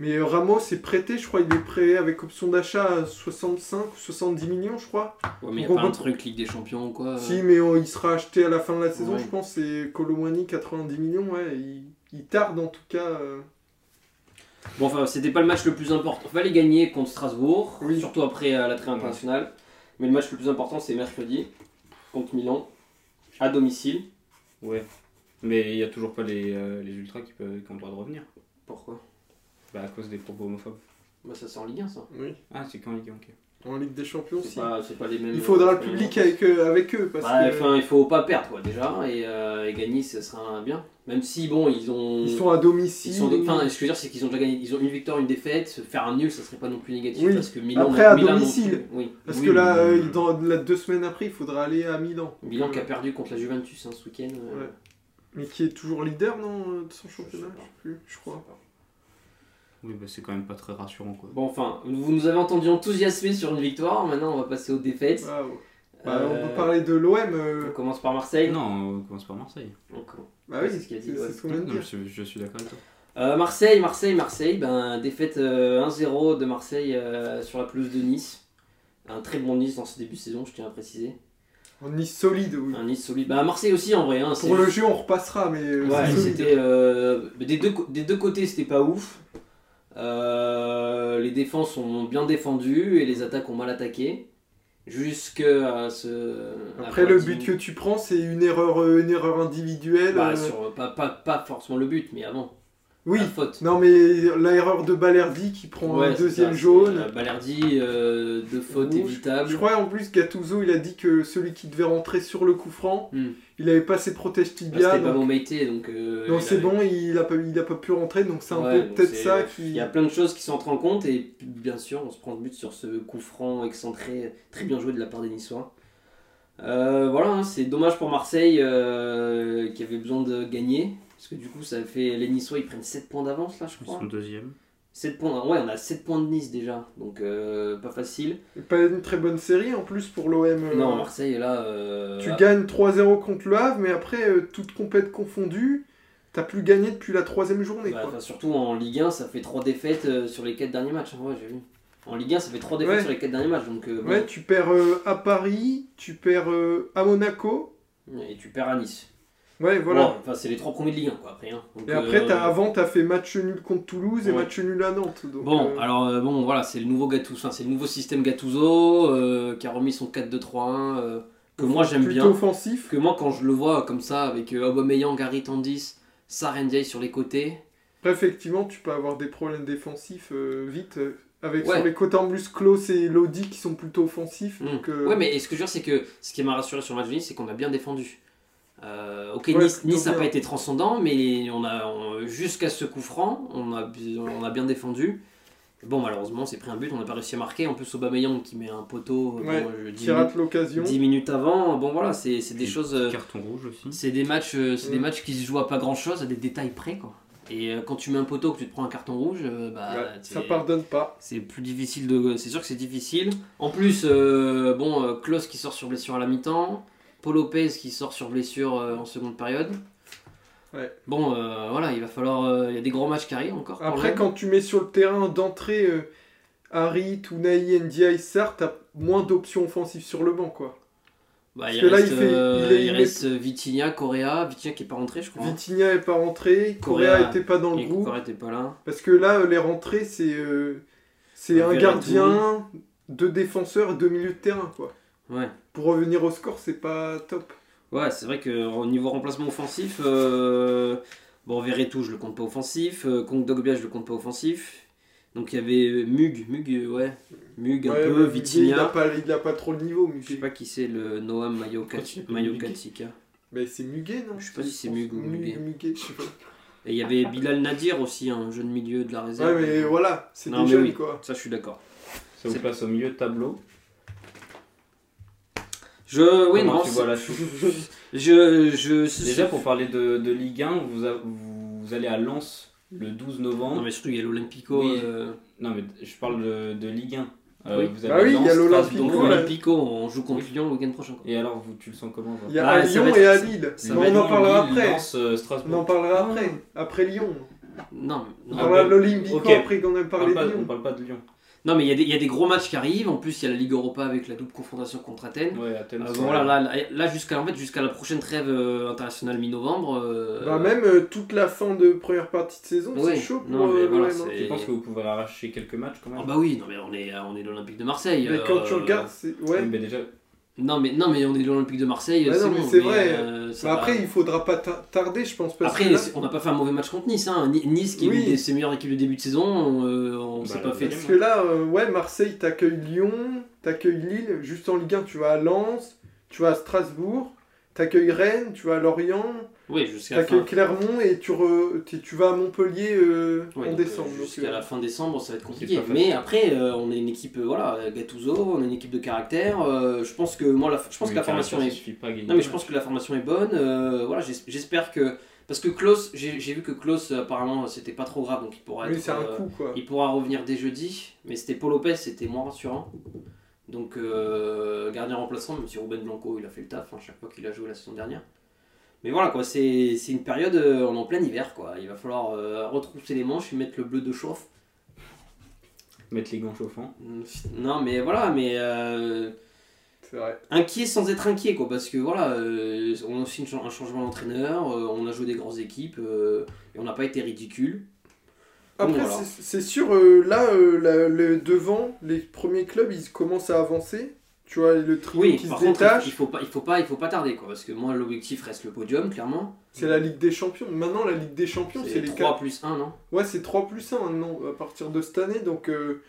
[SPEAKER 3] Mais euh, Ramos est prêté, je crois, il est prêt avec option d'achat à 65 ou 70 millions, je crois.
[SPEAKER 2] Ouais, mais il
[SPEAKER 3] on
[SPEAKER 2] a pas
[SPEAKER 3] comprend-
[SPEAKER 2] un truc Ligue des Champions ou quoi. euh.
[SPEAKER 3] Si, mais euh, il sera acheté à la fin de la saison,
[SPEAKER 2] Ouais.
[SPEAKER 3] je pense, et Colomani 90 millions, ouais. Il, il tarde en tout cas. euh.
[SPEAKER 2] Bon, enfin, c'était pas le match le plus important. Fallait gagner contre Strasbourg,
[SPEAKER 3] Oui.
[SPEAKER 2] surtout après euh, l'attrait international. Mais le match le plus important, c'est mercredi contre Milan, à domicile.
[SPEAKER 1] Ouais. Mais il n'y a toujours pas les, euh, les ultras qui, peuvent, qui ont le droit de revenir.
[SPEAKER 2] Pourquoi
[SPEAKER 1] Bah, à cause des propos homophobes.
[SPEAKER 2] Bah ça c'est en Ligue 1 ça.
[SPEAKER 3] Oui.
[SPEAKER 1] Ah, c'est quand Ligue 1, ok.
[SPEAKER 3] En Ligue des Champions,
[SPEAKER 2] C'est
[SPEAKER 3] si.
[SPEAKER 2] pas, c'est pas les mêmes.
[SPEAKER 3] Il faudra le
[SPEAKER 2] c'est pas les
[SPEAKER 3] public
[SPEAKER 2] mêmes.
[SPEAKER 3] avec, euh, avec eux, parce
[SPEAKER 2] Bah,
[SPEAKER 3] que.
[SPEAKER 2] enfin, il faut pas perdre quoi déjà et, euh, et gagner ce sera un bien. Même si bon ils ont.
[SPEAKER 3] Ils sont à domicile.
[SPEAKER 2] ils sont- enfin, ce que je veux dire, c'est qu'ils ont déjà gagné. Ils ont une victoire, une défaite. Se Faire un nul, ça serait pas non plus négatif.
[SPEAKER 3] Oui.
[SPEAKER 2] Parce que Milan.
[SPEAKER 3] Après, à
[SPEAKER 2] Milan non
[SPEAKER 3] domicile.
[SPEAKER 2] plus. Oui.
[SPEAKER 3] Parce
[SPEAKER 1] Oui,
[SPEAKER 3] que là,
[SPEAKER 1] mais-
[SPEAKER 3] euh, il- dans, là, deux semaines après, il faudra aller à Milan.
[SPEAKER 2] Milan qui a perdu contre la Juventus hein, ce week-end. euh,
[SPEAKER 3] Ouais. Mais qui est toujours leader, non, euh, de son championnat
[SPEAKER 2] sais pas.
[SPEAKER 3] Je sais plus, je crois.
[SPEAKER 1] Oui, bah, c'est quand même pas très rassurant, quoi.
[SPEAKER 2] Bon, enfin, vous nous avez entendu enthousiasmer sur une victoire. Maintenant, on va passer aux défaites.
[SPEAKER 3] Waouh. Bah,
[SPEAKER 2] Euh,
[SPEAKER 3] On peut parler de l'OM.
[SPEAKER 2] On commence par Marseille. euh,
[SPEAKER 1] Non, on commence par Marseille.
[SPEAKER 2] On commence-
[SPEAKER 3] Bah
[SPEAKER 2] Ouais,
[SPEAKER 3] oui,
[SPEAKER 2] c'est
[SPEAKER 3] c'est
[SPEAKER 2] ce
[SPEAKER 3] ce
[SPEAKER 2] qu'il a dit, ouais.
[SPEAKER 3] c'est ce qu'on
[SPEAKER 1] Non,
[SPEAKER 3] vient de
[SPEAKER 1] je,
[SPEAKER 3] dire.
[SPEAKER 1] suis- je suis d'accord avec toi.
[SPEAKER 2] Euh, Marseille, Marseille, Marseille, ben, défaite euh, 1-0 de Marseille euh, sur la pelouse de Nice. Un très bon Nice dans ce début de saison, je tiens à préciser.
[SPEAKER 3] On est solide, oui.
[SPEAKER 2] Un Nice solide. Ben, Marseille aussi en vrai. Hein, c'est
[SPEAKER 3] Pour le
[SPEAKER 2] juste-
[SPEAKER 3] jeu, on repassera, mais euh,
[SPEAKER 2] Ouais,
[SPEAKER 3] c'est solide.
[SPEAKER 2] c'était. euh, des, deux, co- des deux côtés, c'était pas ouf. Euh, les défenses ont bien défendu et les attaques ont mal attaqué. Jusqu'à ce.
[SPEAKER 3] Après, le but que tu prends, c'est une erreur, euh, une erreur individuelle.
[SPEAKER 2] Bah,
[SPEAKER 3] euh,
[SPEAKER 2] sur- pas, pas, pas forcément le but, mais avant.
[SPEAKER 3] Oui.
[SPEAKER 2] La faute.
[SPEAKER 3] Non, mais la erreur de Balerdi qui prend
[SPEAKER 2] Ouais,
[SPEAKER 3] un
[SPEAKER 2] c'est ça,
[SPEAKER 3] deuxième
[SPEAKER 2] c'est,
[SPEAKER 3] jaune.
[SPEAKER 2] euh, Balerdi, euh, deux fautes
[SPEAKER 3] Rouge.
[SPEAKER 2] évitables.
[SPEAKER 3] Je crois en plus Gattuso, il a dit que celui qui devait rentrer sur le coup franc,
[SPEAKER 2] Hmm.
[SPEAKER 3] il avait pas ses protèges
[SPEAKER 2] Bah, C'était
[SPEAKER 3] tibia.
[SPEAKER 2] pas
[SPEAKER 3] donc
[SPEAKER 2] mon métier donc. euh,
[SPEAKER 3] donc
[SPEAKER 2] il
[SPEAKER 3] c'est
[SPEAKER 2] avait-
[SPEAKER 3] bon, il a, pas, il a pas pu rentrer, donc c'est un
[SPEAKER 2] Ouais,
[SPEAKER 3] peu
[SPEAKER 2] donc
[SPEAKER 3] peut-être
[SPEAKER 2] c'est-
[SPEAKER 3] ça qui.
[SPEAKER 2] Il y a plein de choses qui s'entrent en compte et puis, bien sûr on se prend le but sur ce coup franc excentré très bien joué de la part des Niçois. Euh, voilà, hein, c'est dommage pour Marseille euh, qui avait besoin de gagner parce que du coup ça fait les Niçois ils prennent 7 points d'avance là je
[SPEAKER 1] Ils
[SPEAKER 2] crois.
[SPEAKER 1] sont deuxième.
[SPEAKER 2] 7 points, ouais on a 7 points de Nice déjà donc euh, pas facile.
[SPEAKER 3] Pas une très bonne série en plus pour l'OM. euh,
[SPEAKER 2] Non Marseille là. euh,
[SPEAKER 3] Tu
[SPEAKER 2] ah,
[SPEAKER 3] gagnes 3-0 contre le Havre, mais après, euh, toute compète confondue, t'as plus gagné depuis la troisième journée.
[SPEAKER 2] bah,
[SPEAKER 3] quoi.
[SPEAKER 2] enfin, surtout en Ligue 1 ça fait 3 défaites euh, sur les 4 derniers matchs. hein, ouais, j'ai vu. En Ligue 1 ça fait 3 défaites
[SPEAKER 3] Ouais.
[SPEAKER 2] sur les 4 derniers matchs donc euh, bon.
[SPEAKER 3] Ouais, tu perds euh, à Paris, tu perds euh, à Monaco.
[SPEAKER 2] et tu perds à Nice.
[SPEAKER 3] Ouais, voilà.
[SPEAKER 2] Bon, enfin, c'est les trois premiers de Ligue 1, quoi, après. hein. Donc,
[SPEAKER 3] Et après,
[SPEAKER 2] euh,
[SPEAKER 3] t'as- avant, t'as fait match nul contre Toulouse et
[SPEAKER 2] Ouais.
[SPEAKER 3] match nul à Nantes. donc,
[SPEAKER 2] Bon,
[SPEAKER 3] euh,
[SPEAKER 2] alors, euh, bon, voilà, c'est le nouveau Gattuso, enfin, c'est le nouveau système Gattuso, euh, qui a remis son 4-2-3-1, euh, que moi j'aime
[SPEAKER 3] plutôt
[SPEAKER 2] bien.
[SPEAKER 3] offensif.
[SPEAKER 2] Que moi, quand je le vois comme ça, avec euh, Aubameyang, Harit en 10, Sarendiaï sur les côtés,
[SPEAKER 3] Après, effectivement, tu peux avoir des problèmes défensifs euh, vite. euh, avec
[SPEAKER 2] Ouais.
[SPEAKER 3] sur les côtés en plus, Klaus et Lodi qui sont plutôt offensifs.
[SPEAKER 2] Mm.
[SPEAKER 3] donc, euh,
[SPEAKER 2] Ouais, mais et ce que je veux dire, c'est que ce qui m'a rassuré sur le match de Nice, c'est qu'on a bien défendu. Euh, ok,
[SPEAKER 3] Ouais,
[SPEAKER 2] Nice
[SPEAKER 3] plutôt
[SPEAKER 2] Nice n'a
[SPEAKER 3] bien.
[SPEAKER 2] pas été transcendant, mais on a on- jusqu'à ce coup franc, on a, bi- on a bien défendu. Bon, malheureusement, c'est pris un but, on n'a pas réussi à marquer. En plus, Aubameyang qui met un poteau euh,
[SPEAKER 3] Ouais,
[SPEAKER 2] bon, je- 10,
[SPEAKER 3] qui rate l'occasion.
[SPEAKER 2] minutes, 10 minutes avant. Bon, voilà, c'est c'est des
[SPEAKER 1] Puis,
[SPEAKER 2] choses. euh,
[SPEAKER 1] Carton rouge aussi.
[SPEAKER 2] c'est des matchs, euh, c'est des
[SPEAKER 3] Mm.
[SPEAKER 2] matchs qui se jouent à pas grand chose, à des détails près, quoi. Et euh, quand tu mets un poteau, que tu te prends un carton rouge, euh, bah.
[SPEAKER 3] Ouais, ça
[SPEAKER 2] t'es-
[SPEAKER 3] pardonne pas.
[SPEAKER 2] c'est plus difficile de. C'est sûr que c'est difficile. En plus, euh, bon, euh, Klose qui sort sur blessure à la mi-temps. Paul Lopez qui sort sur blessure euh, en seconde période.
[SPEAKER 3] Ouais.
[SPEAKER 2] Bon, euh, voilà, il va falloir. euh, Il y a des gros matchs qui arrivent encore.
[SPEAKER 3] Après,
[SPEAKER 2] quand
[SPEAKER 3] quand tu mets sur le terrain d'entrée euh, Harit, Tounaï, Ndiaye, Sarr, t'as moins d'options offensives sur le banc, quoi.
[SPEAKER 2] Bah, il,
[SPEAKER 3] Parce que là,
[SPEAKER 2] reste,
[SPEAKER 3] il fait-
[SPEAKER 2] euh,
[SPEAKER 3] il est-
[SPEAKER 2] il
[SPEAKER 3] il est-
[SPEAKER 2] reste Vitinha, Correa. Vitinha qui est pas rentré, je crois.
[SPEAKER 3] Vitinha est pas rentré, Correa
[SPEAKER 2] Correa
[SPEAKER 3] était pas dans le
[SPEAKER 2] Et
[SPEAKER 3] groupe.
[SPEAKER 2] Correa était pas là.
[SPEAKER 3] Parce que là, les rentrées, c'est euh, c'est un
[SPEAKER 2] Verratti.
[SPEAKER 3] gardien, deux défenseurs et deux milieux de terrain. Quoi.
[SPEAKER 2] Ouais.
[SPEAKER 3] Pour revenir au score, c'est pas top.
[SPEAKER 2] Ouais, c'est vrai qu'au niveau remplacement offensif, euh, bon, Verretou, je le compte pas offensif. Euh, Kong Dogbia, je le compte pas offensif. Donc il y avait Mug, Mug, euh, ouais. Mug un
[SPEAKER 3] Ouais,
[SPEAKER 2] peu,
[SPEAKER 3] mais Il n'a
[SPEAKER 2] Vitinha.
[SPEAKER 3] pas, il a pas trop le niveau,
[SPEAKER 2] Je sais
[SPEAKER 3] Muguet.
[SPEAKER 2] pas qui c'est le Noam
[SPEAKER 1] Continue,
[SPEAKER 2] Mayokat-
[SPEAKER 1] Mugé.
[SPEAKER 2] Mayokatika.
[SPEAKER 3] Mais c'est Muguet, non
[SPEAKER 2] Je sais pas si c'est Mug ou Muguet.
[SPEAKER 3] Muguet, je sais pas.
[SPEAKER 2] Et il y avait Bilal Nadir aussi, un jeune milieu de la réserve.
[SPEAKER 3] Ouais, mais voilà, c'est
[SPEAKER 2] Non,
[SPEAKER 3] des
[SPEAKER 2] mais
[SPEAKER 3] jeunes,
[SPEAKER 2] oui.
[SPEAKER 3] quoi.
[SPEAKER 2] Ça, je suis d'accord.
[SPEAKER 1] Ça vous
[SPEAKER 2] C'est-
[SPEAKER 1] place au milieu de tableau.
[SPEAKER 2] Je, oui,
[SPEAKER 1] Comment
[SPEAKER 2] non,
[SPEAKER 1] tu
[SPEAKER 2] c'est-
[SPEAKER 1] vois la chose
[SPEAKER 2] je, je, c'est-
[SPEAKER 1] Déjà,
[SPEAKER 2] c'est-
[SPEAKER 1] pour parler de, de Ligue 1, vous, a- vous allez à Lens le 12 novembre.
[SPEAKER 2] Non, mais surtout, il y a l'Olympico.
[SPEAKER 1] Oui.
[SPEAKER 2] euh,
[SPEAKER 1] Non, mais je parle de, de Ligue 1. Euh,
[SPEAKER 2] Oui.
[SPEAKER 1] vous
[SPEAKER 3] Bah oui, il y a
[SPEAKER 1] Strasbourg,
[SPEAKER 2] donc,
[SPEAKER 3] Olympico, là.
[SPEAKER 1] Rennes.
[SPEAKER 2] l'Olympico, on joue contre Lyon le week-end prochain. Quoi.
[SPEAKER 1] Et alors, vous, tu le sens comment toi
[SPEAKER 3] Il y a
[SPEAKER 2] Ah,
[SPEAKER 3] à
[SPEAKER 2] ça va
[SPEAKER 3] Lyon
[SPEAKER 2] être-
[SPEAKER 3] et à Lille.
[SPEAKER 2] ça
[SPEAKER 3] Mais
[SPEAKER 2] va
[SPEAKER 3] on en parlera
[SPEAKER 1] Lille,
[SPEAKER 3] après.
[SPEAKER 1] Lens, euh,
[SPEAKER 3] On
[SPEAKER 1] Strasbourg.
[SPEAKER 3] en parlera après. Après Lyon.
[SPEAKER 2] Non, mais-
[SPEAKER 3] On
[SPEAKER 2] non,
[SPEAKER 1] Ah,
[SPEAKER 3] parlera
[SPEAKER 1] bah,
[SPEAKER 3] de l'Olympico
[SPEAKER 1] ok.
[SPEAKER 3] après qu'on aime
[SPEAKER 1] On
[SPEAKER 3] parlé de
[SPEAKER 1] parle pas, on
[SPEAKER 3] Lyon.
[SPEAKER 1] parle pas de Lyon.
[SPEAKER 2] non, mais il y, a des- il y a des gros matchs qui arrivent. En plus, il y a la Ligue Europa avec la double confrontation contre Athènes.
[SPEAKER 1] Ouais, Athènes.
[SPEAKER 2] Euh, voilà, là, là, là, jusqu'à en fait, jusqu'à la prochaine trêve euh, internationale mi-novembre. euh,
[SPEAKER 3] Bah, même euh, toute la fin de première partie de saison,
[SPEAKER 2] Oui.
[SPEAKER 3] c'est chaud pour
[SPEAKER 2] Non, mais
[SPEAKER 3] euh,
[SPEAKER 2] voilà,
[SPEAKER 3] l'OM, hein.
[SPEAKER 2] c'est-
[SPEAKER 1] Je pense que vous pouvez arracher quelques matchs quand même.
[SPEAKER 2] ah bah oui, non, mais on est, on est l'Olympique de Marseille.
[SPEAKER 3] hein. Mais quand tu
[SPEAKER 2] euh,
[SPEAKER 3] regardes, c'est.
[SPEAKER 1] Oui,
[SPEAKER 3] Ouais.
[SPEAKER 1] mais déjà,
[SPEAKER 2] Non mais, non mais on est dans l'Olympique de Marseille,
[SPEAKER 3] Ouais,
[SPEAKER 2] c'est
[SPEAKER 3] non, mais
[SPEAKER 2] bon,
[SPEAKER 3] c'est vrai.
[SPEAKER 2] euh, ça
[SPEAKER 3] Bah,
[SPEAKER 2] va.
[SPEAKER 3] après, il faudra pas ta- tarder, je pense. Parce que
[SPEAKER 2] Après,
[SPEAKER 3] là,
[SPEAKER 2] c'est- on n'a pas fait un mauvais match contre Nice. Hein. Ni- Nice qui est
[SPEAKER 3] Oui.
[SPEAKER 2] une de ses meilleures équipes de début de saison, on, euh, on
[SPEAKER 1] Bah,
[SPEAKER 2] s'est
[SPEAKER 1] la
[SPEAKER 2] pas fait...
[SPEAKER 1] deuxième.
[SPEAKER 3] Parce que là, euh, ouais, Marseille t'accueille Lyon, t'accueilles Lille, juste en Ligue 1, tu vas à Lens, tu vas à Strasbourg, t'accueilles Rennes, tu vas à Lorient,
[SPEAKER 2] Oui, jusqu'à la
[SPEAKER 3] t'accueilles
[SPEAKER 2] fin.
[SPEAKER 3] Clermont et tu, re- tu- tu vas à Montpellier euh,
[SPEAKER 2] Ouais,
[SPEAKER 3] en
[SPEAKER 2] donc, euh,
[SPEAKER 3] décembre. donc,
[SPEAKER 2] Jusqu'à
[SPEAKER 3] euh,
[SPEAKER 2] la fin décembre, ça va être compliqué.
[SPEAKER 1] pas facile.
[SPEAKER 2] Mais après, euh, on est une équipe, euh, voilà, Gattuso, on est une équipe de caractère. euh, je pense que moi, la, je pense
[SPEAKER 1] oui,
[SPEAKER 2] que la
[SPEAKER 1] caractère,
[SPEAKER 2] formation
[SPEAKER 1] ça
[SPEAKER 2] est
[SPEAKER 1] suffit pas à gagner.
[SPEAKER 2] Non mais je pense que la formation est bonne. euh, voilà, j'es- j'espère que parce que Klaus, j'ai j'ai vu que Klaus euh, apparemment c'était pas trop grave donc il pourra
[SPEAKER 3] oui,
[SPEAKER 2] être,
[SPEAKER 3] c'est un
[SPEAKER 2] euh,
[SPEAKER 3] coup quoi.
[SPEAKER 2] il pourra revenir dès jeudi. Mais c'était Paul Lopez, c'était moins rassurant. Donc euh, gardien remplaçant, même si Ruben Blanco il a fait le taf hein, chaque fois qu'il a joué la saison dernière. Mais voilà quoi, c'est c'est une période euh, on est en plein hiver quoi. Il va falloir euh, retrousser les manches et mettre le bleu de chauffe.
[SPEAKER 1] Mettre les gants chauffants.
[SPEAKER 2] Non mais voilà, mais euh,
[SPEAKER 3] C'est vrai.
[SPEAKER 2] inquiet sans être inquiet quoi parce que voilà euh, on a aussi une cha- un changement d'entraîneur euh, on a joué des grosses équipes euh, et on n'a pas été ridicule
[SPEAKER 3] Après,
[SPEAKER 2] voilà.
[SPEAKER 3] c'est- c'est sûr, euh, là, euh, la- le devant, les premiers clubs, ils commencent à avancer. Tu vois, le trio
[SPEAKER 2] oui
[SPEAKER 3] qui
[SPEAKER 2] par
[SPEAKER 3] se
[SPEAKER 2] contre
[SPEAKER 3] détache,
[SPEAKER 2] il faut pas il faut pas il faut pas tarder quoi parce que moi l'objectif reste le podium clairement
[SPEAKER 3] c'est la Ligue des Champions. Maintenant, la Ligue des Champions,
[SPEAKER 2] c'est
[SPEAKER 3] c'est les
[SPEAKER 2] 3
[SPEAKER 3] quatre
[SPEAKER 2] plus 1 non
[SPEAKER 3] Ouais, c'est 3 plus 1 maintenant, à partir de cette année. Donc, euh,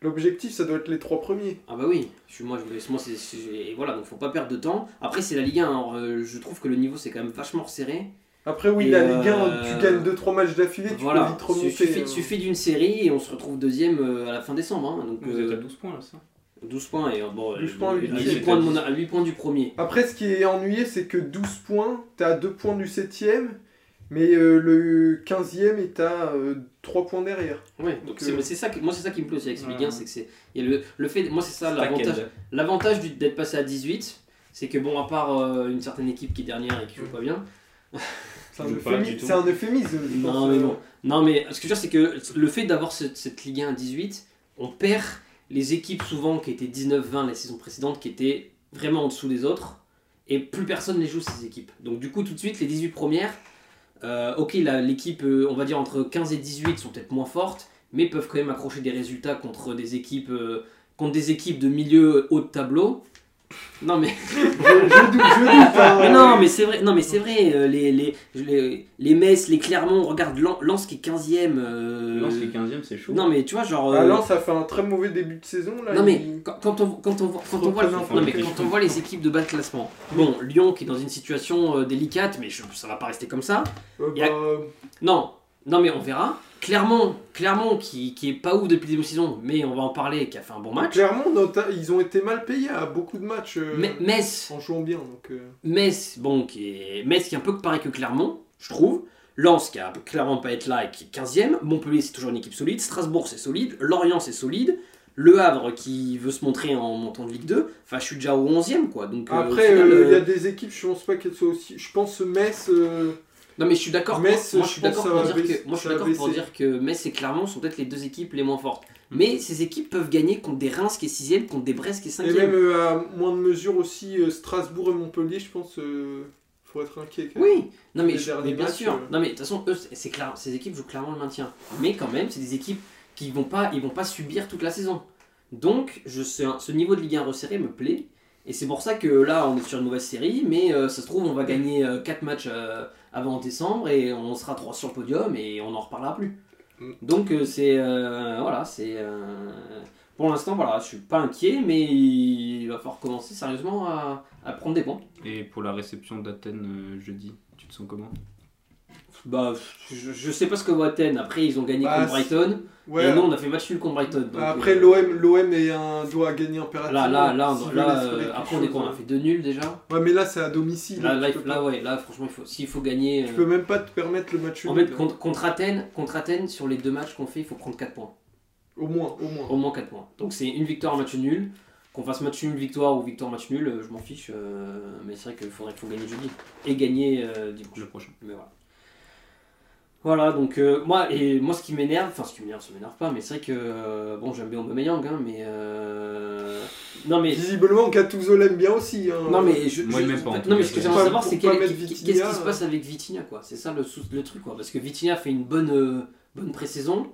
[SPEAKER 3] l'objectif, ça doit être les 3 premiers.
[SPEAKER 2] ah bah oui je suis moi je voulais- moi c'est c'est- et voilà donc faut pas perdre de temps après c'est la Ligue 1 alors, euh, je trouve que le niveau c'est quand même vachement resserré
[SPEAKER 3] Après, oui,
[SPEAKER 2] Et
[SPEAKER 3] la Ligue 1,
[SPEAKER 2] euh,
[SPEAKER 3] tu gagnes 2-3 matchs d'affilée, tu peux
[SPEAKER 2] voilà
[SPEAKER 3] vite
[SPEAKER 2] il
[SPEAKER 3] remonter.
[SPEAKER 2] suffit,
[SPEAKER 3] hein.
[SPEAKER 2] suffit d'une série et on se retrouve deuxième euh, à la fin décembre hein. donc
[SPEAKER 1] Vous
[SPEAKER 2] euh,
[SPEAKER 1] êtes à 12 points là, ça
[SPEAKER 2] 12 points et euh, bon
[SPEAKER 3] 12 points, huit-
[SPEAKER 2] 8 points, de mon- à 8 points du premier
[SPEAKER 3] Après, ce qui est ennuyé, c'est que 12 points, t'as 2 points du 7ème, mais euh, le 15ème et t'as 3 euh, points derrière.
[SPEAKER 2] Ouais, donc
[SPEAKER 3] euh,
[SPEAKER 2] c'est mais c'est ça que moi c'est ça qui me plaît aussi avec ce
[SPEAKER 1] Ouais,
[SPEAKER 2] Ligue 1,
[SPEAKER 1] ouais.
[SPEAKER 2] c'est que c'est il y a le, le fait moi c'est ça
[SPEAKER 1] Stacked.
[SPEAKER 2] l'avantage l'avantage du- d'être passé à 18, c'est que bon à part euh, une certaine équipe qui est dernière et qui joue pas bien.
[SPEAKER 3] C'est un,
[SPEAKER 1] Je veux pas
[SPEAKER 3] euphémisme-
[SPEAKER 1] du tout.
[SPEAKER 3] c'est un euphémisme, je pense.
[SPEAKER 2] Non mais
[SPEAKER 3] euh,
[SPEAKER 2] bon. Non mais ce que je veux dire c'est que le fait d'avoir ce- cette Ligue 1 à 18, on perd les équipes souvent qui étaient 19-20 les saisons précédentes qui étaient vraiment en dessous des autres et plus personne les joue ces équipes. Donc du coup tout de suite les 18 premières euh, OK, là, l'équipe euh, on va dire entre 15 et 18 sont peut-être moins fortes mais peuvent quand même accrocher des résultats contre des équipes euh, contre des équipes de milieu haut de tableau. Non mais
[SPEAKER 3] Je, je doute, je doute. hein.
[SPEAKER 2] mais non, mais c'est vrai, non, mais c'est vrai, euh, les, les, les, les Metz, les Clermont, regarde Lan- Lens qui est 15ème. euh,
[SPEAKER 1] Lens, les 15e, c'est chaud.
[SPEAKER 2] Non, mais tu vois, genre.
[SPEAKER 3] Ah,
[SPEAKER 2] euh,
[SPEAKER 3] Lens, ça fait un très mauvais début de saison. Là,
[SPEAKER 2] non, mais
[SPEAKER 3] il-
[SPEAKER 2] quand, quand on, quand on voit, quand on voit,
[SPEAKER 3] Reprenons,
[SPEAKER 2] non, mais
[SPEAKER 1] reprenons.
[SPEAKER 2] quand on voit les équipes de bas de classement, bon, Lyon qui est dans une situation euh, délicate, mais je- ça va pas rester comme ça.
[SPEAKER 3] euh,
[SPEAKER 2] il y a-
[SPEAKER 3] bah,
[SPEAKER 2] Non, non, mais on verra. Clermont, Clermont qui, qui est pas ouf depuis le début de saison, mais on va en parler, qui a fait un bon match.
[SPEAKER 3] Clairement, nota- ils ont été mal payés à beaucoup de matchs. euh,
[SPEAKER 2] Me- Metz,
[SPEAKER 3] En jouant bien, donc... euh,
[SPEAKER 2] Metz, bon, qui est, Metz qui est un peu pareil que Clermont, je trouve. Lens qui a clairement pas être là et qui est 15ème. Montpellier, c'est toujours une équipe solide. Strasbourg, c'est solide. Lorient, c'est solide. Le Havre qui veut se montrer en montant de Ligue 2. Enfin, je suis déjà au 11ème, quoi. Donc, euh, au
[SPEAKER 3] Après,
[SPEAKER 2] final,
[SPEAKER 3] euh, il y
[SPEAKER 2] euh,
[SPEAKER 3] a des équipes, je pense pas qu'elles soient aussi. Je pense Metz, euh,
[SPEAKER 2] Non mais je suis d'accord. Moi,
[SPEAKER 3] Metz,
[SPEAKER 2] moi, je
[SPEAKER 3] je
[SPEAKER 2] suis
[SPEAKER 3] pense
[SPEAKER 2] d'accord
[SPEAKER 3] que ça
[SPEAKER 2] pour
[SPEAKER 3] va
[SPEAKER 2] dire
[SPEAKER 3] baisser-
[SPEAKER 2] que moi je suis
[SPEAKER 3] ça va
[SPEAKER 2] d'accord pour
[SPEAKER 3] baisser.
[SPEAKER 2] dire que Metz et Clermont sont peut-être les deux équipes les moins fortes. Mais ces équipes peuvent gagner contre des Reims qui est 6 contre des Brest qui est 5
[SPEAKER 3] Et même euh, à moins de mesure aussi, euh, Strasbourg et Montpellier, je pense, euh, faut être inquiet. quand même.
[SPEAKER 2] Oui, non mais,
[SPEAKER 3] Les
[SPEAKER 2] je-
[SPEAKER 3] derniers
[SPEAKER 2] mais bien
[SPEAKER 3] matchs,
[SPEAKER 2] sûr.
[SPEAKER 3] euh.
[SPEAKER 2] Non mais de toute façon, eux, c'est- c'est clair, ces équipes jouent clairement le maintien. Mais quand même, c'est des équipes qui vont pas, ils vont pas subir toute la saison. Donc, je, ce, ce niveau de Ligue 1 resserré me plaît. Et c'est pour ça que là, on est sur une mauvaise série, mais euh, ça se trouve, on va gagner 4 matchs euh, avant décembre et on sera 3 sur le podium et on n'en reparlera plus.
[SPEAKER 3] Mm.
[SPEAKER 2] Donc, euh, c'est. euh, voilà, c'est. euh, pour l'instant, voilà, je suis pas inquiet, mais il va falloir commencer sérieusement à, à prendre des points.
[SPEAKER 1] Et pour la réception d'Athènes euh, jeudi, tu te sens comment
[SPEAKER 2] Bah, je, je sais pas ce que vaut Athènes. Après, ils ont gagné
[SPEAKER 3] Bah,
[SPEAKER 2] contre Brighton.
[SPEAKER 3] Ouais,
[SPEAKER 2] Et nous, on a fait match nul contre Brighton. donc,
[SPEAKER 3] bah, après,
[SPEAKER 2] euh,
[SPEAKER 3] l'OM, l'OM est un, doit gagner impérativement.
[SPEAKER 2] Là, là, là,
[SPEAKER 3] s'ils
[SPEAKER 2] on-
[SPEAKER 3] veulent
[SPEAKER 2] là,
[SPEAKER 3] escaler
[SPEAKER 2] euh,
[SPEAKER 3] quelque
[SPEAKER 2] après, on est
[SPEAKER 3] chose,
[SPEAKER 2] quoi On a
[SPEAKER 3] hein.
[SPEAKER 2] fait deux nuls déjà.
[SPEAKER 3] Ouais, mais là, c'est à domicile.
[SPEAKER 2] Là,
[SPEAKER 3] tu
[SPEAKER 2] là, il
[SPEAKER 3] peux
[SPEAKER 2] faut- là,
[SPEAKER 3] pas-
[SPEAKER 2] ouais, là, franchement, il faut, s'il faut gagner.
[SPEAKER 3] Tu
[SPEAKER 2] euh,
[SPEAKER 3] peux même pas te permettre le match
[SPEAKER 2] En
[SPEAKER 3] nul,
[SPEAKER 2] fait,
[SPEAKER 3] hein.
[SPEAKER 2] contre, contre Athènes, contre Athènes, sur les deux matchs qu'on fait, il faut prendre 4 points.
[SPEAKER 3] Au moins, au moins.
[SPEAKER 2] Au moins 4 points. Donc, c'est une victoire, un match nul. Qu'on fasse match nul, victoire ou victoire, match nul, euh, je m'en fiche. euh, mais c'est vrai qu'il faudrait qu'il faut gagner jeudi. Et gagner euh, dimanche.
[SPEAKER 1] Le prochain.
[SPEAKER 2] Mais voilà. Voilà, donc euh, moi, et moi ce qui m'énerve, enfin ce qui m'énerve, ça m'énerve pas, mais c'est vrai que, euh, bon, j'aime bien Aubameyang, hein, mais... euh, Non mais...
[SPEAKER 3] Visiblement, Gattuso l'aime bien aussi. hein.
[SPEAKER 2] Non mais je,
[SPEAKER 1] Moi,
[SPEAKER 2] je-
[SPEAKER 1] même pas,
[SPEAKER 2] en fait,
[SPEAKER 1] en tout
[SPEAKER 2] non mais
[SPEAKER 1] cas,
[SPEAKER 2] ce que
[SPEAKER 1] je-
[SPEAKER 2] j'aimerais
[SPEAKER 3] Pour
[SPEAKER 2] savoir
[SPEAKER 3] pas-
[SPEAKER 2] c'est
[SPEAKER 3] pour
[SPEAKER 2] quel-
[SPEAKER 3] pas
[SPEAKER 2] qu'est-
[SPEAKER 3] mettre
[SPEAKER 2] qu'est-ce qui
[SPEAKER 3] Vitinha,
[SPEAKER 2] se passe avec Vitinha quoi, c'est ça le, sou- le truc quoi, parce que Vitinha fait une bonne, euh, bonne pré-saison,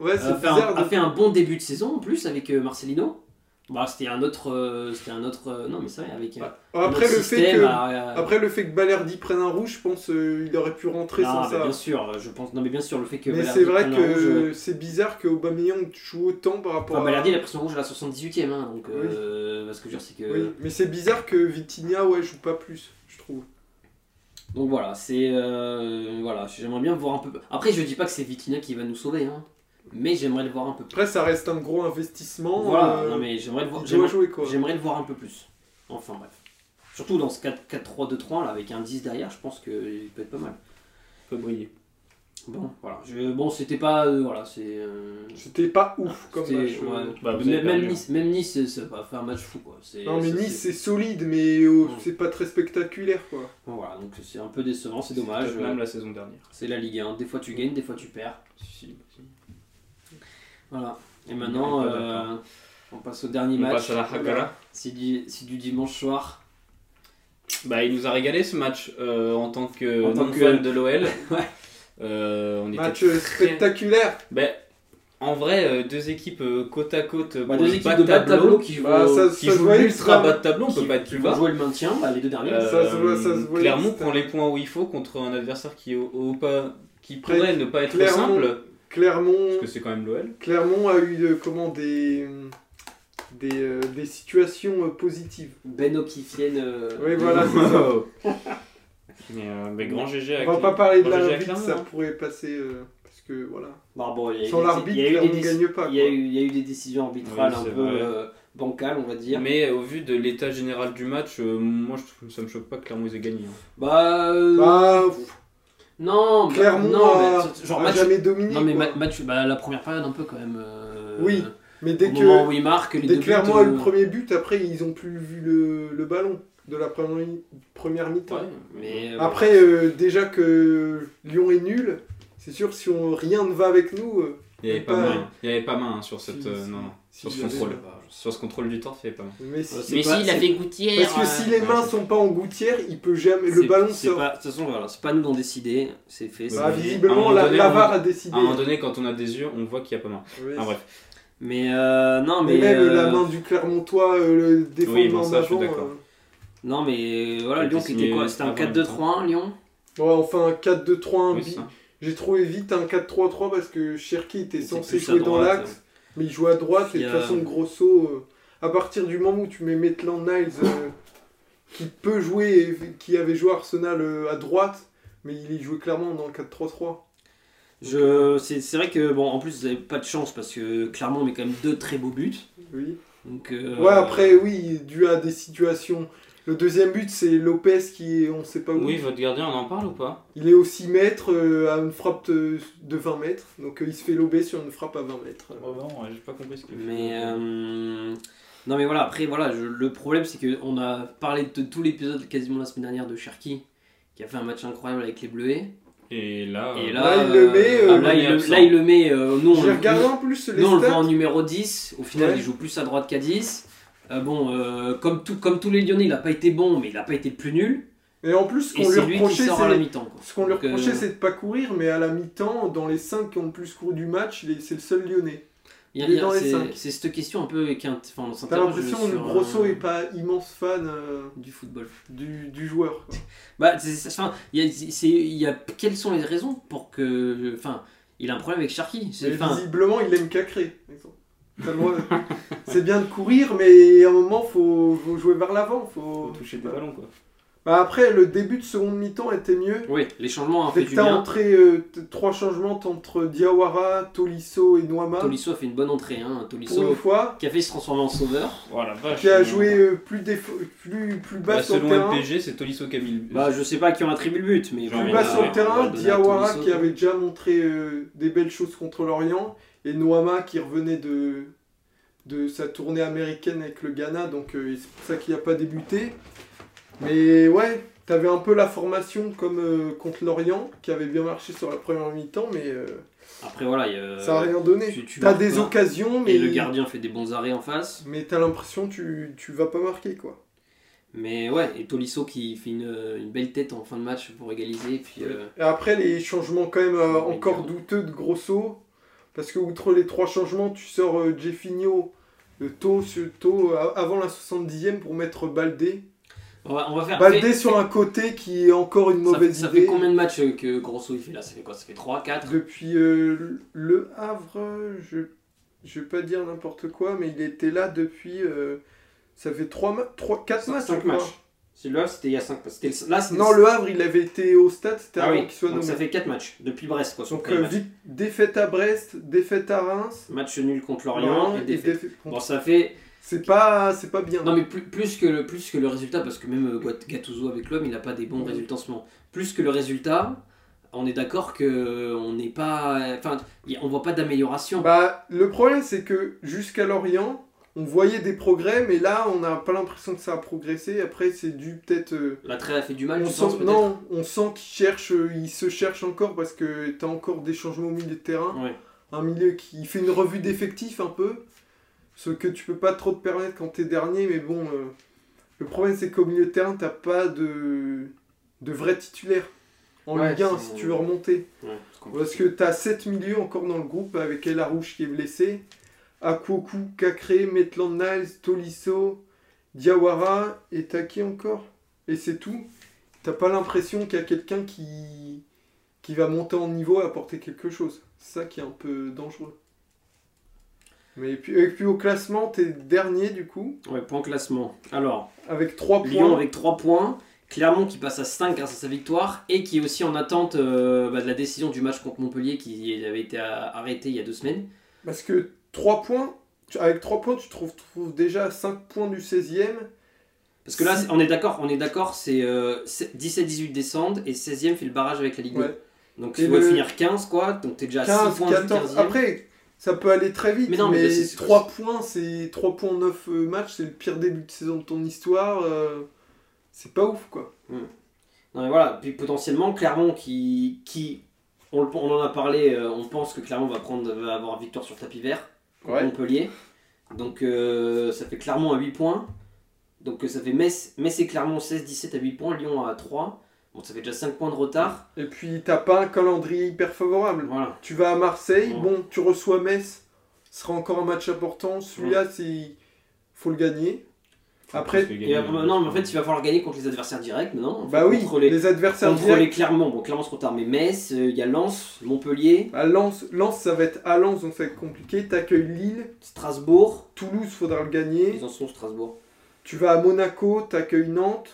[SPEAKER 2] Euh,
[SPEAKER 3] Ouais, c'est
[SPEAKER 2] a fait, un,
[SPEAKER 3] bizarre.
[SPEAKER 2] a
[SPEAKER 3] de-
[SPEAKER 2] fait un bon début de saison en plus avec euh, Marcelino, bah c'était un autre, euh, c'était un autre, euh, non mais c'est vrai, avec euh, un
[SPEAKER 3] Après,
[SPEAKER 2] autre
[SPEAKER 3] le fait
[SPEAKER 2] système, euh,
[SPEAKER 3] que...
[SPEAKER 2] à- à-
[SPEAKER 3] Après le fait que Balerdi prenne un rouge, je pense euh, il aurait pu rentrer
[SPEAKER 2] Ah,
[SPEAKER 3] sans
[SPEAKER 2] mais
[SPEAKER 3] ça.
[SPEAKER 2] bien sûr, je pense, non mais bien sûr le fait que...
[SPEAKER 3] Mais
[SPEAKER 2] Balerdi
[SPEAKER 3] c'est vrai
[SPEAKER 2] prenne
[SPEAKER 3] que
[SPEAKER 2] un rouge,
[SPEAKER 3] c'est bizarre que Aubameyang joue autant par rapport
[SPEAKER 2] Enfin,
[SPEAKER 3] à.
[SPEAKER 2] Balardi, il a pris son rouge à la 78 e hein, donc euh, parce que je veux dire, c'est que.
[SPEAKER 3] Oui, mais c'est bizarre que Vitinha ouais joue pas plus, je trouve.
[SPEAKER 2] Donc voilà, c'est. euh, voilà, j'aimerais bien voir un peu. Après, je dis pas que c'est Vitinha qui va nous sauver, hein, mais j'aimerais le voir un peu plus.
[SPEAKER 3] Après ça reste un gros investissement.
[SPEAKER 2] voilà,
[SPEAKER 3] euh,
[SPEAKER 2] non mais j'aimerais le voir.
[SPEAKER 3] il doit
[SPEAKER 2] J'aimerais,
[SPEAKER 3] jouer quoi.
[SPEAKER 2] j'aimerais le voir un peu plus. Enfin bref. Surtout dans ce 4-3-2-3 là, avec un 10 derrière, je pense qu'il peut être pas mal.
[SPEAKER 1] Peut briller.
[SPEAKER 2] Bon, voilà. Je- bon, c'était pas. euh, voilà, c'est. euh,
[SPEAKER 3] C'était pas ouf comme
[SPEAKER 2] Ah, c'était-
[SPEAKER 3] match.
[SPEAKER 2] ouais.
[SPEAKER 3] euh.
[SPEAKER 1] Bah, vous avez
[SPEAKER 2] même,
[SPEAKER 1] perdu.
[SPEAKER 2] même Nice, même Nice, c'est- ça va faire un match fou quoi. C'est-
[SPEAKER 3] Non mais
[SPEAKER 2] ça,
[SPEAKER 3] Nice c'est solide mais euh,
[SPEAKER 2] Mm.
[SPEAKER 3] c'est pas très spectaculaire quoi.
[SPEAKER 2] Bon, Voilà, donc c'est un peu décevant, c'est dommage. euh,
[SPEAKER 1] Même la saison dernière.
[SPEAKER 2] C'est la Ligue 1, des fois tu gagnes, des fois tu perds.
[SPEAKER 1] Si, si.
[SPEAKER 2] Voilà. Et maintenant,
[SPEAKER 1] On est pas
[SPEAKER 2] euh, on passe au dernier
[SPEAKER 1] On
[SPEAKER 2] match.
[SPEAKER 1] passe à la Hagara.
[SPEAKER 2] C'est du, c'est du dimanche soir.
[SPEAKER 1] Bah, il nous a régalé ce match euh, en tant que
[SPEAKER 2] En tant
[SPEAKER 1] non
[SPEAKER 2] que-
[SPEAKER 1] fan de l'OL.
[SPEAKER 2] Ouais.
[SPEAKER 1] Euh, on était
[SPEAKER 3] Match euh, spectaculaire.
[SPEAKER 1] Ben, en vrai, euh, deux équipes euh, côte à côte euh,
[SPEAKER 2] Bah,
[SPEAKER 1] pour
[SPEAKER 2] deux
[SPEAKER 1] le
[SPEAKER 2] équipes de bas de tableau qui vont,
[SPEAKER 3] Bah, ça,
[SPEAKER 1] qui
[SPEAKER 3] ça se
[SPEAKER 1] jouent
[SPEAKER 3] voyait
[SPEAKER 1] l'ultra
[SPEAKER 3] que
[SPEAKER 1] bas
[SPEAKER 3] ça-
[SPEAKER 1] de tableau, on
[SPEAKER 2] qui-
[SPEAKER 1] peut pas être
[SPEAKER 2] qui
[SPEAKER 1] plus
[SPEAKER 2] vont
[SPEAKER 1] bas.
[SPEAKER 2] jouer le maintien, bah, les deux derniers.
[SPEAKER 1] Euh,
[SPEAKER 3] Ça se voit- ça se voyait,
[SPEAKER 1] Clermont
[SPEAKER 3] c'était-
[SPEAKER 1] prend les points où il faut contre un adversaire qui, est au, au pas, qui
[SPEAKER 3] Claire-
[SPEAKER 1] pourrait ne pas être
[SPEAKER 3] Clermont.
[SPEAKER 1] simple,
[SPEAKER 3] Clermont
[SPEAKER 1] parce que c'est quand même l'OL.
[SPEAKER 3] Clermont a eu euh, comment des des, euh, des situations euh, positives.
[SPEAKER 2] Ben O'Keefienne. euh,
[SPEAKER 3] Oui, voilà, c'est ça.
[SPEAKER 1] mais, euh, mais grand GG à
[SPEAKER 3] On va
[SPEAKER 1] Clermont.
[SPEAKER 3] pas parler de
[SPEAKER 1] Bon, GG à
[SPEAKER 3] l'arbitre,
[SPEAKER 1] Clermont,
[SPEAKER 3] ça
[SPEAKER 1] hein.
[SPEAKER 3] pourrait passer euh, parce que voilà.
[SPEAKER 2] Bah, bon, il y a eu
[SPEAKER 3] Sans
[SPEAKER 2] des- il
[SPEAKER 3] l'arbitre,
[SPEAKER 2] y a eu des
[SPEAKER 3] Clermont ne
[SPEAKER 2] déci-
[SPEAKER 3] gagne pas.
[SPEAKER 2] Il y, a
[SPEAKER 3] quoi.
[SPEAKER 2] eu, il y a eu des décisions arbitrales
[SPEAKER 1] Oui,
[SPEAKER 2] un
[SPEAKER 1] c'est
[SPEAKER 2] peu
[SPEAKER 1] vrai.
[SPEAKER 2] euh, bancales, on va dire.
[SPEAKER 1] Mais euh, au vu de l'état général du match, euh, moi je trouve, ça me choque pas que Clermont ils aient gagné. hein.
[SPEAKER 2] Bah, euh,
[SPEAKER 3] Bah, pff,
[SPEAKER 2] non, mais-
[SPEAKER 3] Clermont
[SPEAKER 2] non,
[SPEAKER 1] euh,
[SPEAKER 3] a,
[SPEAKER 2] mais, genre
[SPEAKER 3] a
[SPEAKER 2] match-
[SPEAKER 3] jamais dominé.
[SPEAKER 2] non, mais
[SPEAKER 3] quoi.
[SPEAKER 2] ma- match, bah, la première période un peu quand même. euh,
[SPEAKER 3] Oui, Mais dès
[SPEAKER 2] au
[SPEAKER 3] que
[SPEAKER 2] moment où il marque, les
[SPEAKER 3] dès
[SPEAKER 2] deux
[SPEAKER 3] que Clermont
[SPEAKER 2] buts,
[SPEAKER 3] a eu
[SPEAKER 2] euh,
[SPEAKER 3] le premier but, après ils ont plus vu le, le ballon de la première, mi- première mi-temps.
[SPEAKER 2] mais, euh,
[SPEAKER 3] Après, euh, déjà que Lyon est nul, c'est sûr si on, rien ne va avec nous. euh,
[SPEAKER 1] Il n'y avait
[SPEAKER 3] Mais
[SPEAKER 1] pas
[SPEAKER 3] pas-
[SPEAKER 1] main, il y avait pas main hein, sur cette
[SPEAKER 3] si-
[SPEAKER 1] euh,
[SPEAKER 3] si-
[SPEAKER 1] non, non,
[SPEAKER 3] si
[SPEAKER 1] sur
[SPEAKER 3] euh,
[SPEAKER 1] ce
[SPEAKER 3] il y avait-
[SPEAKER 1] contrôle, sur ce contrôle du torse, il y avait pas main.
[SPEAKER 3] Mais si-
[SPEAKER 2] euh, c'est pas- c'est-
[SPEAKER 4] gouttière.
[SPEAKER 2] hein,
[SPEAKER 3] parce que
[SPEAKER 2] euh,
[SPEAKER 3] si les mains
[SPEAKER 1] c'est-
[SPEAKER 3] sont pas en gouttière, il peut jamais le
[SPEAKER 2] c'est-
[SPEAKER 3] ballon
[SPEAKER 2] c'est
[SPEAKER 3] sort.
[SPEAKER 2] pas- De toute façon, voilà, c'est pas nous d'en décider, c'est fait.
[SPEAKER 3] Bah,
[SPEAKER 2] c'est fait.
[SPEAKER 1] à un
[SPEAKER 3] visiblement,
[SPEAKER 1] moment
[SPEAKER 3] la,
[SPEAKER 1] donné,
[SPEAKER 3] la
[SPEAKER 1] on-
[SPEAKER 3] VAR a décidé.
[SPEAKER 1] À un moment donné, quand on a des yeux, on voit qu'il y a pas main.
[SPEAKER 3] Oui.
[SPEAKER 1] Ah, bref.
[SPEAKER 2] Mais euh, non, mais.
[SPEAKER 3] Mais même
[SPEAKER 2] euh,
[SPEAKER 3] la main du Clermontois, euh, le
[SPEAKER 1] non,
[SPEAKER 3] défendement
[SPEAKER 1] ça,
[SPEAKER 3] en
[SPEAKER 1] je suis
[SPEAKER 3] avant.
[SPEAKER 1] d'accord.
[SPEAKER 3] euh,
[SPEAKER 2] Non, mais euh, voilà,
[SPEAKER 1] Qui a
[SPEAKER 2] Lyon
[SPEAKER 1] été
[SPEAKER 2] qui était
[SPEAKER 1] signé
[SPEAKER 2] quoi C'était un
[SPEAKER 1] avant la
[SPEAKER 2] 4-2-3-1, Lyon
[SPEAKER 3] euh, Ouais, enfin un 4-2-3,
[SPEAKER 1] Oui,
[SPEAKER 3] bi-
[SPEAKER 1] ça.
[SPEAKER 3] j'ai trouvé vite un 4-3-3 parce que Cherki était
[SPEAKER 2] était
[SPEAKER 3] censé
[SPEAKER 2] plus à
[SPEAKER 3] jouer dans
[SPEAKER 2] droite,
[SPEAKER 3] l'axe, mais il jouait à droite et de
[SPEAKER 2] Il y
[SPEAKER 3] toute
[SPEAKER 2] a-
[SPEAKER 3] façon Grosso, euh, à partir du moment où tu mets Maitland Niles euh, qui peut jouer, et qui avait joué Arsenal euh, à droite, mais il y jouait clairement dans le 4-3-3.
[SPEAKER 2] Je... C'est c'est vrai que, bon, en plus, vous avez pas de chance parce que clairement, on met quand même deux très beaux buts.
[SPEAKER 3] Oui.
[SPEAKER 2] Donc, euh,
[SPEAKER 3] Ouais, après oui, dû à des situations. Le deuxième but c'est Lopez qui est, on sait pas où.
[SPEAKER 1] Oui, votre gardien, on en parle ou pas
[SPEAKER 3] Il est au 6 mètres euh, à une frappe de, de 20 mètres, donc euh, il se fait lober sur une frappe à 20 mètres.
[SPEAKER 1] Non, j'ai pas compris ce que
[SPEAKER 2] Mais. euh, Non, mais voilà, après, voilà, je- le problème, c'est qu'on a parlé de tout l'épisode quasiment la semaine dernière de Cherki qui a fait un match incroyable avec les Bleuets.
[SPEAKER 1] Et là,
[SPEAKER 2] Et
[SPEAKER 1] euh,
[SPEAKER 2] là,
[SPEAKER 3] Là, il le met,
[SPEAKER 2] euh,
[SPEAKER 3] euh,
[SPEAKER 2] là, il,
[SPEAKER 1] il est
[SPEAKER 2] le-
[SPEAKER 1] absent.
[SPEAKER 2] là, il le met. euh, non,
[SPEAKER 3] J'ai
[SPEAKER 2] on-
[SPEAKER 3] regardé en plus les
[SPEAKER 2] non, on le voit
[SPEAKER 3] stats.
[SPEAKER 2] en numéro 10. Au final,
[SPEAKER 3] Ouais.
[SPEAKER 2] il joue plus à droite qu'à 10. Euh, bon, euh, comme, tout, comme tous les Lyonnais, il n'a pas été bon, mais il n'a pas été le plus nul.
[SPEAKER 3] Et en plus, ce
[SPEAKER 2] Et
[SPEAKER 3] qu'on lui
[SPEAKER 2] c'est lui qui
[SPEAKER 3] reprochait,
[SPEAKER 2] sort à la
[SPEAKER 3] c'est.
[SPEAKER 2] mi-temps. quoi.
[SPEAKER 3] Ce qu'on lui
[SPEAKER 2] Donc, euh,
[SPEAKER 3] reprochait, c'est de pas courir, mais à la mi-temps, dans les 5 qui ont le plus couru du match, il est- c'est le seul Lyonnais.
[SPEAKER 2] il y a-
[SPEAKER 3] il est
[SPEAKER 2] il y a-
[SPEAKER 3] dans les
[SPEAKER 2] c'est-
[SPEAKER 3] cinq.
[SPEAKER 2] C'est cette question un peu qui int- enfin, on
[SPEAKER 3] T'as
[SPEAKER 2] s'interroge
[SPEAKER 3] l'impression que
[SPEAKER 2] sur,
[SPEAKER 3] Grosso
[SPEAKER 2] euh,
[SPEAKER 3] est pas immense fan euh,
[SPEAKER 2] du football.
[SPEAKER 3] du, du joueur. quoi.
[SPEAKER 2] Bah, c'est- c'est- enfin, il y a, c'est- il y a- quelles sont les raisons pour que, enfin, il a un problème avec Sharky. C'est-
[SPEAKER 3] Mais
[SPEAKER 2] enfin,
[SPEAKER 3] visiblement, il aime cacrer. par exemple. T'as le droit- C'est bien de courir, mais à un moment, faut, faut jouer vers l'avant. Faut...
[SPEAKER 1] faut toucher des ballons, quoi.
[SPEAKER 3] Bah, après, le début de seconde mi-temps était mieux.
[SPEAKER 2] oui, les changements ont fait
[SPEAKER 3] Dès
[SPEAKER 2] du
[SPEAKER 3] que t'as
[SPEAKER 2] bien.
[SPEAKER 3] entré euh, t- trois changements entre Diawara, Tolisso et Noama,
[SPEAKER 2] Tolisso a fait une bonne entrée, hein.
[SPEAKER 3] pour une
[SPEAKER 2] Tolisso
[SPEAKER 3] fois,
[SPEAKER 2] qui a fait se transformer en sauveur.
[SPEAKER 1] Oh la
[SPEAKER 2] Ah,
[SPEAKER 1] vache.
[SPEAKER 3] qui a
[SPEAKER 1] euh,
[SPEAKER 3] joué euh, plus, défo- plus, plus bas
[SPEAKER 1] bah,
[SPEAKER 3] sur le
[SPEAKER 1] selon
[SPEAKER 3] terrain.
[SPEAKER 1] MPG, c'est Tolisso Camille.
[SPEAKER 2] Bah, je sais pas à qui on attribue le but, mais
[SPEAKER 1] Plus
[SPEAKER 3] Plus
[SPEAKER 1] Ouais,
[SPEAKER 3] bas
[SPEAKER 1] ouais,
[SPEAKER 3] sur
[SPEAKER 1] ouais,
[SPEAKER 3] le terrain,
[SPEAKER 2] on va donner à
[SPEAKER 3] Diawara
[SPEAKER 2] Tolisso,
[SPEAKER 3] qui avait déjà montré euh, des belles choses contre l'Orient et Noama qui revenait de, de sa tournée américaine avec le Ghana, donc euh, c'est pour ça qu'il n'a pas débuté. Mais ouais, t'avais un peu la formation comme euh, contre l'Orient qui avait bien marché sur la première mi-temps, mais euh,
[SPEAKER 2] Après voilà, il y a-
[SPEAKER 3] ça n'a rien donné.
[SPEAKER 2] Euh, tu- tu
[SPEAKER 3] T'as
[SPEAKER 2] marques
[SPEAKER 3] des
[SPEAKER 2] pas.
[SPEAKER 3] occasions, mais,
[SPEAKER 2] et le gardien fait des bons arrêts en face.
[SPEAKER 3] mais t'as l'impression que tu, tu vas pas marquer quoi.
[SPEAKER 2] Mais ouais, et Tolisso qui fait une, une belle tête en fin de match pour égaliser. Puis euh,
[SPEAKER 3] Et après, les changements quand même euh,
[SPEAKER 2] Oui,
[SPEAKER 3] encore
[SPEAKER 2] bien.
[SPEAKER 3] douteux de Grosso. Parce que outre les trois changements, tu sors euh, Jeffinho euh, tôt, sur- tôt, euh, avant la 70e pour mettre Baldé.
[SPEAKER 2] on, va, on va faire.
[SPEAKER 3] Baldé
[SPEAKER 2] fait-
[SPEAKER 3] sur un côté qui est encore une
[SPEAKER 2] ça,
[SPEAKER 3] mauvaise
[SPEAKER 2] ça
[SPEAKER 3] idée.
[SPEAKER 2] fait combien de matchs euh, que Grosso il fait là Ça fait quoi Ça fait 3, 4
[SPEAKER 3] Depuis euh, Le Havre, euh, je je vais pas dire n'importe quoi, mais il était là depuis... euh, ça fait 3 trois, 4 matchs. je crois.
[SPEAKER 2] Celui-là, c'était il y a 5 matchs. C'était le- Là, c'était
[SPEAKER 3] Non, Le Havre, il avait été au stade, c'était
[SPEAKER 2] Ah
[SPEAKER 3] avant
[SPEAKER 2] oui,
[SPEAKER 3] qu'il soit
[SPEAKER 2] donc ça
[SPEAKER 3] nommé.
[SPEAKER 2] fait 4 matchs. Depuis Brest, quoi. son
[SPEAKER 3] Donc,
[SPEAKER 2] premier
[SPEAKER 3] euh,
[SPEAKER 2] match.
[SPEAKER 3] vite, défaite à Brest, défaite à Reims.
[SPEAKER 2] Match nul contre l'Orient
[SPEAKER 3] Lorient
[SPEAKER 2] et
[SPEAKER 3] et
[SPEAKER 2] défaite.
[SPEAKER 3] défaite contre
[SPEAKER 2] Bon, ça fait.
[SPEAKER 3] C'est pas, c'est pas bien.
[SPEAKER 2] Non, mais plus, plus, que le, plus que le résultat, parce que même euh, Guat- Gattuso avec l'homme, il n'a pas des bons résultats en ce moment. Plus que le résultat, on est d'accord que euh, on n'est pas. Enfin, y a- on voit pas d'amélioration.
[SPEAKER 3] Bah, le problème, c'est que jusqu'à Lorient, on voyait des progrès, mais là, on n'a pas l'impression que ça a progressé. Après, c'est dû peut-être. euh,
[SPEAKER 2] La trêve a fait du mal,
[SPEAKER 3] on
[SPEAKER 2] tu penses
[SPEAKER 3] sent,
[SPEAKER 2] peut-être
[SPEAKER 3] non, on sent qu'ils cherchent, euh, ils se cherchent encore parce que t'as encore des changements au milieu de terrain.
[SPEAKER 2] Ouais.
[SPEAKER 3] Un milieu qui fait une revue d'effectifs un peu. Ce que tu peux pas trop te permettre quand t'es dernier, mais bon. euh, le problème, c'est qu'au milieu de terrain, t'as pas de, de vrai titulaire en
[SPEAKER 2] Ouais,
[SPEAKER 3] Ligue 1
[SPEAKER 2] c'est-
[SPEAKER 3] si tu veux remonter.
[SPEAKER 2] Ouais, c'est compliqué.
[SPEAKER 3] Parce que t'as 7 milieux encore dans le groupe avec El Arouche qui est blessé, Akwoku, Kakré, Maitland Niles, Tolisso, Diawara et t'as qui encore Et c'est tout. T'as pas l'impression qu'il y a quelqu'un qui... qui va monter en niveau et apporter quelque chose. C'est ça qui est un peu dangereux. Mais puis, et puis au classement, t'es dernier du coup,
[SPEAKER 2] Ouais, point classement. Alors,
[SPEAKER 3] avec 3 points.
[SPEAKER 2] Lyon avec 3 points. Clermont qui passe à 5 grâce à sa victoire et qui est aussi en attente euh, bah, de la décision du match contre Montpellier qui avait été euh, arrêté il y a deux semaines.
[SPEAKER 3] Parce que 3 points, tu- avec 3 points, tu te retrouves déjà à 5 points du 16ème.
[SPEAKER 2] Parce que là, c'est- on est d'accord, on est d'accord, c'est euh, c'est 17-18 descendent et 16ème fait le barrage avec la Ligue 2.
[SPEAKER 3] Ouais.
[SPEAKER 2] Donc
[SPEAKER 3] Et
[SPEAKER 2] tu dois
[SPEAKER 3] le-
[SPEAKER 2] finir 15 quoi, donc t'es déjà à
[SPEAKER 3] 15,
[SPEAKER 2] 6 points
[SPEAKER 3] 14.
[SPEAKER 2] du 15e.
[SPEAKER 3] Après, ça peut aller très vite,
[SPEAKER 2] Mais
[SPEAKER 3] mais,
[SPEAKER 2] non, mais c'est-
[SPEAKER 3] 3 points, c'est 3 points en 9 euh, matchs, c'est le pire début de saison de ton histoire. euh, c'est pas ouf, quoi.
[SPEAKER 2] Non mais voilà, puis potentiellement Clermont qui, qui on, le- on en a parlé, euh, on pense que Clermont va, prendre, va avoir victoire sur tapis vert. Montpellier. Donc euh, ça fait clairement à 8 points. Donc euh, ça fait Metz, Metz et Clermont 16-17 à 8 points, Lyon à 3. Bon, ça fait déjà 5 points de retard.
[SPEAKER 3] Et puis, t'as pas un calendrier hyper favorable.
[SPEAKER 2] Voilà.
[SPEAKER 3] Tu vas à Marseille,
[SPEAKER 2] Ouais.
[SPEAKER 3] bon, tu reçois Metz, ce sera encore un match important. Celui-là, c'est. Faut le gagner. Après,
[SPEAKER 2] Et après, non, mais en fait, il va falloir gagner contre les adversaires directs maintenant.
[SPEAKER 3] bah oui,
[SPEAKER 2] contre
[SPEAKER 3] les,
[SPEAKER 2] les,
[SPEAKER 3] adversaires
[SPEAKER 2] contre
[SPEAKER 3] directs.
[SPEAKER 2] les Clermont. Bon, Clermont, c'est trop tard, mais Metz, euh, il y a Lens, Montpellier,
[SPEAKER 3] À Lens, Lens, ça va être à Lens, donc ça va être compliqué. T'accueilles Lille,
[SPEAKER 2] Strasbourg.
[SPEAKER 3] Toulouse, faudra le gagner.
[SPEAKER 2] Ils en sont Strasbourg.
[SPEAKER 3] Tu vas à Monaco, t'accueilles Nantes.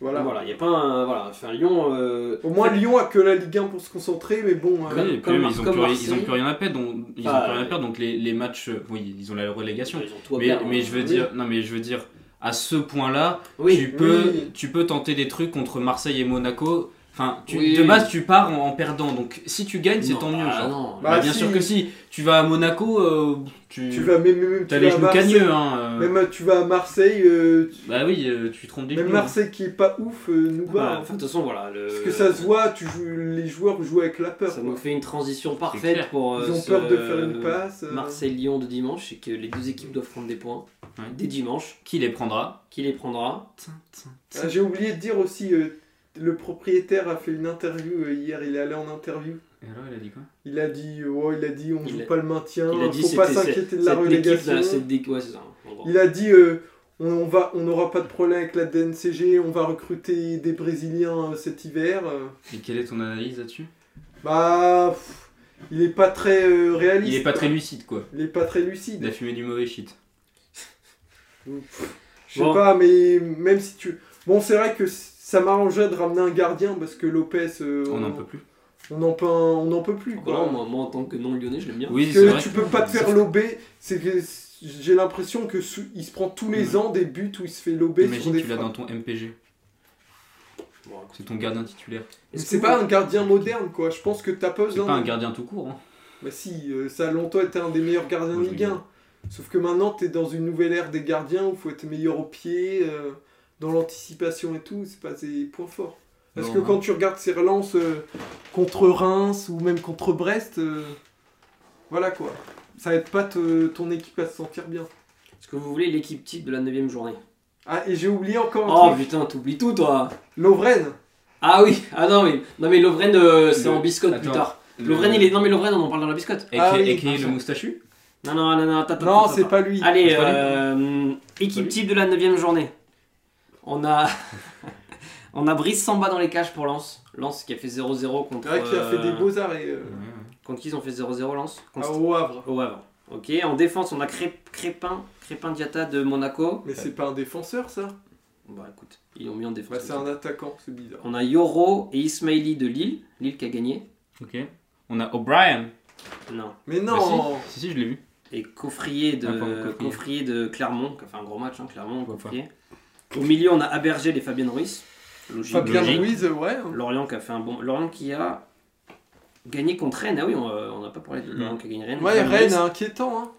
[SPEAKER 2] Voilà,
[SPEAKER 3] Voilà.
[SPEAKER 2] il y a pas un. Voilà, enfin, Lyon. euh,
[SPEAKER 3] Au moins,
[SPEAKER 2] en fait,
[SPEAKER 3] Lyon a que la Ligue 1 pour se concentrer, mais bon. euh,
[SPEAKER 1] Oui, et puis
[SPEAKER 2] comme-
[SPEAKER 1] même, ils, ont
[SPEAKER 2] comme
[SPEAKER 1] plus,
[SPEAKER 2] Marseille.
[SPEAKER 1] ils ont plus rien à perdre, donc, ils ont
[SPEAKER 2] Ah,
[SPEAKER 1] plus rien à
[SPEAKER 2] ouais.
[SPEAKER 1] perdre, donc les, les matchs, euh, oui, ils ont la relégation.
[SPEAKER 2] ils ont tout à
[SPEAKER 1] Mais,
[SPEAKER 2] perdre, hein.
[SPEAKER 1] mais je veux dire, non, mais je veux dire, à ce point-là,
[SPEAKER 2] Oui.
[SPEAKER 1] tu peux,
[SPEAKER 3] Oui.
[SPEAKER 1] tu peux tenter des trucs contre Marseille et Monaco. Enfin, tu-
[SPEAKER 2] Oui.
[SPEAKER 1] de base, tu pars en, en perdant. Donc, si tu gagnes, c'est
[SPEAKER 2] Non,
[SPEAKER 1] tant mieux.
[SPEAKER 2] bah
[SPEAKER 1] genre.
[SPEAKER 2] non.
[SPEAKER 1] Bah,
[SPEAKER 3] Bah,
[SPEAKER 1] bien
[SPEAKER 3] si.
[SPEAKER 1] sûr que si. Tu vas à Monaco, euh, tu,
[SPEAKER 3] Tu vas même, même
[SPEAKER 1] t'as
[SPEAKER 3] tu
[SPEAKER 1] les
[SPEAKER 3] vas à
[SPEAKER 1] genoux
[SPEAKER 3] Marseille,
[SPEAKER 1] cagneux. Hein, euh.
[SPEAKER 3] Même tu vas à Marseille, euh, tu-
[SPEAKER 1] Bah oui, euh, tu trompes des
[SPEAKER 3] même
[SPEAKER 1] genoux.
[SPEAKER 3] Marseille qui est pas ouf euh, nous
[SPEAKER 2] Bah,
[SPEAKER 3] bat.
[SPEAKER 2] enfin, de toute façon, voilà. Le...
[SPEAKER 3] Parce que ça se voit, tu joues- les joueurs jouent avec la peur.
[SPEAKER 2] Ça nous fait une transition
[SPEAKER 1] clair.
[SPEAKER 2] parfaite pour. euh,
[SPEAKER 3] Ils ont
[SPEAKER 2] ce,
[SPEAKER 3] peur de faire une
[SPEAKER 2] euh,
[SPEAKER 3] passe. euh.
[SPEAKER 2] Marseille-Lyon de dimanche, c'est que les deux équipes doivent prendre des points
[SPEAKER 1] hein. Ouais.
[SPEAKER 2] dès dimanche.
[SPEAKER 1] Qui les prendra
[SPEAKER 2] Qui les prendra
[SPEAKER 3] Ah, J'ai oublié de dire aussi, euh, le propriétaire a fait une interview euh, hier, il est allé en interview.
[SPEAKER 1] Et alors, il a dit quoi
[SPEAKER 3] Il a dit, euh, ouais, il a dit, on
[SPEAKER 2] Il
[SPEAKER 3] joue
[SPEAKER 2] a-
[SPEAKER 3] pas le maintien,
[SPEAKER 2] Il a dit
[SPEAKER 3] faut pas
[SPEAKER 2] c'était-
[SPEAKER 3] s'inquiéter de la
[SPEAKER 2] cette équipe,
[SPEAKER 3] relégation.
[SPEAKER 2] là, cette dé- ouais, c'est ça, en gros.
[SPEAKER 3] Il a dit, euh, on on va, on n'aura pas de problème avec la DNCG, on va recruter des Brésiliens euh, cet hiver. euh.
[SPEAKER 1] Et quelle est ton analyse là-dessus
[SPEAKER 3] Bah, pff, il est pas très euh, réaliste.
[SPEAKER 1] Il est pas
[SPEAKER 3] quoi.
[SPEAKER 1] très lucide, quoi.
[SPEAKER 3] Il est pas très
[SPEAKER 1] Il a
[SPEAKER 3] lucide.
[SPEAKER 1] fumé du mauvais shit.
[SPEAKER 3] Je sais
[SPEAKER 2] Bon.
[SPEAKER 3] pas, mais même si tu. Bon, c'est vrai que c- ça m'arrangerait de ramener un gardien parce que Lopez, euh,
[SPEAKER 1] On n'en peut plus.
[SPEAKER 3] on en peut, on en peut plus.
[SPEAKER 2] Voilà,
[SPEAKER 3] quoi.
[SPEAKER 2] moi, moi, en tant que non-lyonnais, je l'aime bien.
[SPEAKER 1] Oui,
[SPEAKER 3] Parce
[SPEAKER 1] c'est vrai.
[SPEAKER 3] que tu peux pas te faire lober. C'est que c- j'ai l'impression que sou- il se prend tous les ans des buts où il se fait lober sur
[SPEAKER 1] Imagine,
[SPEAKER 3] des
[SPEAKER 1] tu l'as
[SPEAKER 3] frappes.
[SPEAKER 1] dans ton MPG.
[SPEAKER 2] Bon, écoute.
[SPEAKER 1] C'est ton gardien titulaire.
[SPEAKER 3] Mais
[SPEAKER 2] Est-ce
[SPEAKER 3] C'est
[SPEAKER 2] que
[SPEAKER 3] pas
[SPEAKER 2] vous-
[SPEAKER 3] un gardien moderne, quoi. Je pense que t'as pas
[SPEAKER 1] C'est
[SPEAKER 3] besoin.
[SPEAKER 1] pas un
[SPEAKER 3] de-
[SPEAKER 1] gardien tout court. hein.
[SPEAKER 3] Bah si, euh, ça a longtemps été un des meilleurs gardiens de
[SPEAKER 1] Moi, je
[SPEAKER 3] Ligue 1. Sauf que maintenant, t'es dans une nouvelle ère des gardiens où faut être meilleur au pied, euh, dans l'anticipation et tout. C'est pas des points forts. Parce
[SPEAKER 1] Non,
[SPEAKER 3] que
[SPEAKER 1] non.
[SPEAKER 3] quand tu regardes ces relances euh, contre Reims ou même contre Brest, euh, voilà quoi. Ça aide pas te- ton équipe à se sentir bien.
[SPEAKER 2] Est-ce que vous voulez l'équipe type de la 9ème journée
[SPEAKER 3] Ah, et j'ai oublié encore un
[SPEAKER 2] Oh
[SPEAKER 3] truc.
[SPEAKER 2] putain, t'oublies tout toi
[SPEAKER 3] Lovren.
[SPEAKER 2] Ah oui Ah non, mais, non, mais Lovren, euh, c'est
[SPEAKER 1] Le-
[SPEAKER 2] en biscotte plus
[SPEAKER 1] Attends.
[SPEAKER 2] tard. Lovren, il est. Non, mais Lovren, on en parle dans la biscotte.
[SPEAKER 1] Et
[SPEAKER 3] Ah oui,
[SPEAKER 1] le moustachu
[SPEAKER 2] Non, non, non, non, attends, attends,
[SPEAKER 3] Non,
[SPEAKER 2] attends,
[SPEAKER 3] c'est
[SPEAKER 2] attends.
[SPEAKER 3] pas lui.
[SPEAKER 2] Allez,
[SPEAKER 1] C'est pas lui.
[SPEAKER 2] euh, équipe
[SPEAKER 1] lui.
[SPEAKER 2] type de la 9ème journée. On a. On a Brice Samba dans les cages pour Lens. Lens qui a fait 0-0 contre.
[SPEAKER 3] C'est vrai qu'il a fait
[SPEAKER 2] euh,
[SPEAKER 3] des beaux Ah arrêts euh,
[SPEAKER 2] Contre qui ils ont fait 0-0 Lens
[SPEAKER 3] à-
[SPEAKER 2] Contre
[SPEAKER 3] au Havre.
[SPEAKER 2] au Havre. Ok, en défense, on a Cré- Crépin, Crépin Diata de Monaco.
[SPEAKER 3] Mais c'est pas un défenseur ça
[SPEAKER 2] Bah écoute, ils l'ont mis en défense.
[SPEAKER 3] Bah, C'est un attaquant, c'est bizarre.
[SPEAKER 2] On a Yoro et Ismaili de Lille. Lille qui a gagné.
[SPEAKER 1] Ok. On a O'Brien.
[SPEAKER 2] Non.
[SPEAKER 3] Mais
[SPEAKER 1] Bah
[SPEAKER 3] non
[SPEAKER 1] si. Si, si, je l'ai vu.
[SPEAKER 2] Et Coffrier de,
[SPEAKER 1] Ah, pardon, Coffrier.
[SPEAKER 2] Coffrier de Clermont, qui a fait un gros match, hein, Clermont,
[SPEAKER 1] Je vois
[SPEAKER 2] Coffrier. Au milieu, on a Abergel et Fabien Ruiz. Logique.
[SPEAKER 3] Fabien
[SPEAKER 1] logique.
[SPEAKER 3] Ruiz, euh, ouais.
[SPEAKER 2] Lorient qui a fait un bon. Lorient qui a gagné contre Rennes. Ah oui, on euh, on n'a pas parlé de Lorient qui a gagné Rennes.
[SPEAKER 3] Ouais,
[SPEAKER 2] Fabien
[SPEAKER 3] Rennes,
[SPEAKER 2] Ruiz.
[SPEAKER 3] inquiétant. Hein.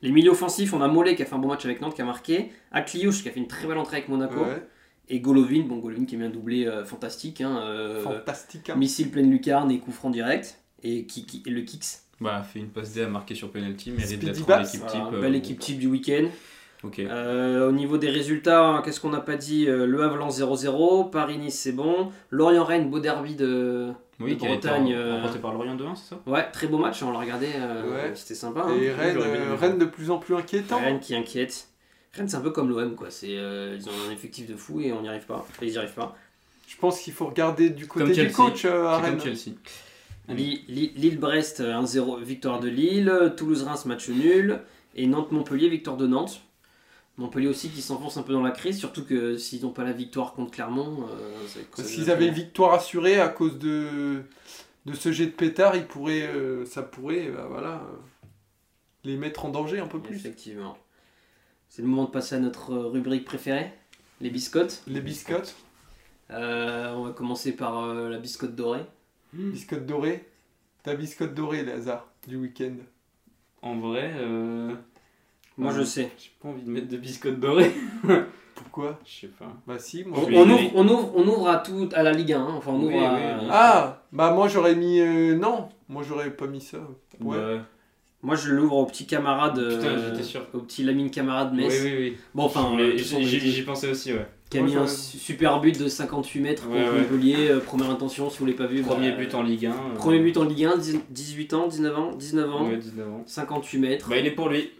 [SPEAKER 2] Les milieux offensifs, on a Mollet qui a fait un bon match avec Nantes, qui a marqué. Akliouche qui a fait une très belle entrée avec Monaco.
[SPEAKER 3] Ouais.
[SPEAKER 2] Et Golovin, bon Golovin qui met un doublé euh, fantastique, hein, euh,
[SPEAKER 3] Fantastique. hein.
[SPEAKER 2] missile pleine lucarne et coup franc direct, et, qui, qui- et le kicks.
[SPEAKER 1] Bah, fait une passe D à marquer sur penalty, mérite
[SPEAKER 3] Speedy
[SPEAKER 1] d'être
[SPEAKER 3] Babs.
[SPEAKER 1] en équipe
[SPEAKER 2] Voilà,
[SPEAKER 1] type. euh,
[SPEAKER 2] belle équipe type du week-end.
[SPEAKER 1] Ok.
[SPEAKER 2] Euh, au niveau des résultats, hein, qu'est-ce qu'on n'a pas dit Euh, Le Havre lance 0-0, Paris-Nice c'est bon, Lorient-Rennes, beau derby de...
[SPEAKER 1] Oui,
[SPEAKER 2] de
[SPEAKER 1] qui a été
[SPEAKER 2] Bretagne,
[SPEAKER 1] rem-
[SPEAKER 2] euh,
[SPEAKER 1] remporté par Lorient 2-1, c'est ça
[SPEAKER 2] Ouais, très beau match, hein, on l'a regardé, euh,
[SPEAKER 3] Ouais.
[SPEAKER 2] c'était sympa. hein.
[SPEAKER 3] Et Rennes,
[SPEAKER 1] j'aurais bien
[SPEAKER 3] euh,
[SPEAKER 1] aimé.
[SPEAKER 3] Rennes de plus en plus inquiétant.
[SPEAKER 2] Rennes qui inquiète. Rennes c'est un peu comme l'OM quoi, c'est, euh, ils ont un effectif de fou et on n'y arrive pas. Et ils n'y arrivent pas.
[SPEAKER 3] Je pense qu'il faut regarder du côté
[SPEAKER 1] Comme
[SPEAKER 3] du
[SPEAKER 1] Chelsea.
[SPEAKER 3] coach euh, à
[SPEAKER 1] C'est
[SPEAKER 3] Rennes.
[SPEAKER 1] comme Chelsea. Oui.
[SPEAKER 2] Lille- Lille- Lille-Brest euh, 1-0, victoire de Lille, Toulouse-Reims match nul, et Nantes-Montpellier, victoire de Nantes. Montpellier aussi qui s'enfonce un peu dans la crise, surtout que s'ils n'ont pas la victoire contre Clermont, euh, ça va être- ça
[SPEAKER 3] Parce
[SPEAKER 2] va
[SPEAKER 3] qu'ils
[SPEAKER 2] être-
[SPEAKER 3] avaient victoire assurée à cause de, de ce jet de pétard, ils pourraient, euh, ça pourrait bah, voilà, euh, les mettre en danger un peu plus.
[SPEAKER 2] Effectivement. C'est le moment de passer à notre euh, rubrique préférée, les biscottes.
[SPEAKER 3] Les biscottes,
[SPEAKER 2] Euh, on va commencer par euh, la biscotte dorée.
[SPEAKER 1] Hmm.
[SPEAKER 3] biscottes dorées. Ta biscotte dorée, Lazare, du week-end.
[SPEAKER 1] En vrai, euh,
[SPEAKER 2] Moi
[SPEAKER 1] Ouais.
[SPEAKER 2] je sais.
[SPEAKER 1] j'ai pas envie de mettre de biscottes dorées.
[SPEAKER 3] Pourquoi
[SPEAKER 1] Je sais pas.
[SPEAKER 3] Bah si, moi.
[SPEAKER 2] On,
[SPEAKER 1] Je suis
[SPEAKER 2] on
[SPEAKER 1] désolé.
[SPEAKER 2] ouvre, on, ouvre, on ouvre à tout à la Ligue 1, hein. enfin on
[SPEAKER 1] Oui,
[SPEAKER 2] ouvre à-
[SPEAKER 1] oui, oui.
[SPEAKER 3] Ah Bah moi j'aurais mis... euh, non Moi j'aurais pas mis ça. Ouais.
[SPEAKER 1] Bah,
[SPEAKER 2] Moi je l'ouvre au petit camarade.
[SPEAKER 1] Putain,
[SPEAKER 2] euh,
[SPEAKER 1] j'étais sûr.
[SPEAKER 2] Au petit Lamine camarade
[SPEAKER 1] Bah, oui,
[SPEAKER 2] Metz.
[SPEAKER 1] oui, oui.
[SPEAKER 2] Bon, enfin,
[SPEAKER 1] Mais
[SPEAKER 2] euh,
[SPEAKER 1] j'y- j'y j'y pensais aussi, ouais.
[SPEAKER 2] qui a
[SPEAKER 3] Moi,
[SPEAKER 2] mis un
[SPEAKER 3] j'aurais-
[SPEAKER 2] su- super but de 58 mètres
[SPEAKER 1] Ouais,
[SPEAKER 2] contre
[SPEAKER 1] ouais.
[SPEAKER 2] Montpellier, euh, première intention, si vous l'avez pas vu.
[SPEAKER 1] Premier
[SPEAKER 2] bah,
[SPEAKER 1] but en Ligue 1. euh,
[SPEAKER 2] Premier but en Ligue 1, 10 18 ans, 19 ans, 19 ans,
[SPEAKER 1] Ouais, 19 ans.
[SPEAKER 2] 58 mètres.
[SPEAKER 1] Bah, il est pour lui.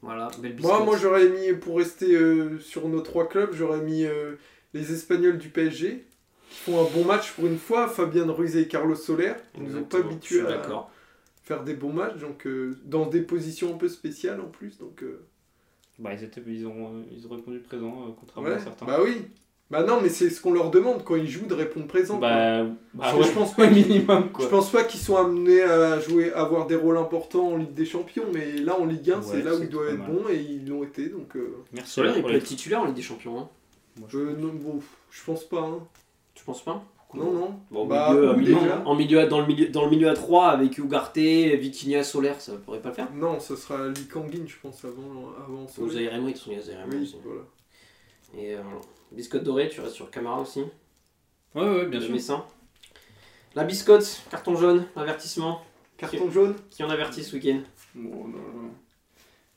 [SPEAKER 2] Voilà, belle biscotte.
[SPEAKER 3] Moi, moi j'aurais mis, pour rester euh, sur nos trois clubs, j'aurais mis euh, les Espagnols du PSG, qui font un bon match pour une fois, Fabien Ruiz et Carlos Soler, ils nous ont pas
[SPEAKER 2] Exactement,
[SPEAKER 3] habitués
[SPEAKER 2] je suis
[SPEAKER 3] à
[SPEAKER 2] D'accord.
[SPEAKER 3] faire des bons matchs, donc euh, dans des positions un peu spéciales en plus, donc euh,
[SPEAKER 1] Bah, ils, étaient, ils, ont, euh, ils ont répondu présent, euh, contrairement
[SPEAKER 3] ouais.
[SPEAKER 1] à certains.
[SPEAKER 3] bah oui, bah non, mais c'est ce qu'on leur demande quand ils jouent de répondre présent. quoi.
[SPEAKER 1] bah, bah
[SPEAKER 3] Parce que
[SPEAKER 1] ouais.
[SPEAKER 3] je pense
[SPEAKER 1] Au
[SPEAKER 3] pas qu'ils-
[SPEAKER 1] minimum,
[SPEAKER 3] Je
[SPEAKER 1] quoi.
[SPEAKER 3] pense pas qu'ils sont amenés à jouer, à avoir des rôles importants en Ligue des Champions, mais là en Ligue 1,
[SPEAKER 1] Ouais,
[SPEAKER 3] c'est là où
[SPEAKER 1] c'est
[SPEAKER 3] ils doivent
[SPEAKER 1] pas
[SPEAKER 3] être
[SPEAKER 1] mal.
[SPEAKER 3] bons et ils l'ont été, donc euh,
[SPEAKER 1] Merci
[SPEAKER 2] Solaire, il
[SPEAKER 1] pour
[SPEAKER 2] peut
[SPEAKER 1] les
[SPEAKER 2] être titulaire en Ligue des Champions. hein.
[SPEAKER 3] euh, non, bon, je pense pas. hein.
[SPEAKER 2] Tu penses pas
[SPEAKER 3] Non, non.
[SPEAKER 2] Bon, au
[SPEAKER 3] Bah,
[SPEAKER 2] milieu,
[SPEAKER 3] ou
[SPEAKER 2] euh, milieu-
[SPEAKER 3] déjà.
[SPEAKER 2] en milieu, à- dans, le milieu, dans le milieu à 3 avec Ugarte, Vitinha, Solaire, ça pourrait pas le faire.
[SPEAKER 3] Non, ce sera Lee Kangin, je pense, avant, avant
[SPEAKER 2] Ou
[SPEAKER 3] Solé.
[SPEAKER 2] Zaire Emery, ils sont liés à Zaire Emery
[SPEAKER 3] Oui,
[SPEAKER 2] aussi.
[SPEAKER 3] voilà.
[SPEAKER 2] Et euh, voilà. Biscotte dorée, tu restes sur Camara aussi.
[SPEAKER 1] Ouais, ouais, bien
[SPEAKER 2] le
[SPEAKER 1] sûr.
[SPEAKER 2] Messin. La biscotte, carton jaune, avertissement.
[SPEAKER 3] Carton jaune
[SPEAKER 2] Qui en avertit ce week-end
[SPEAKER 1] Bon, non, non.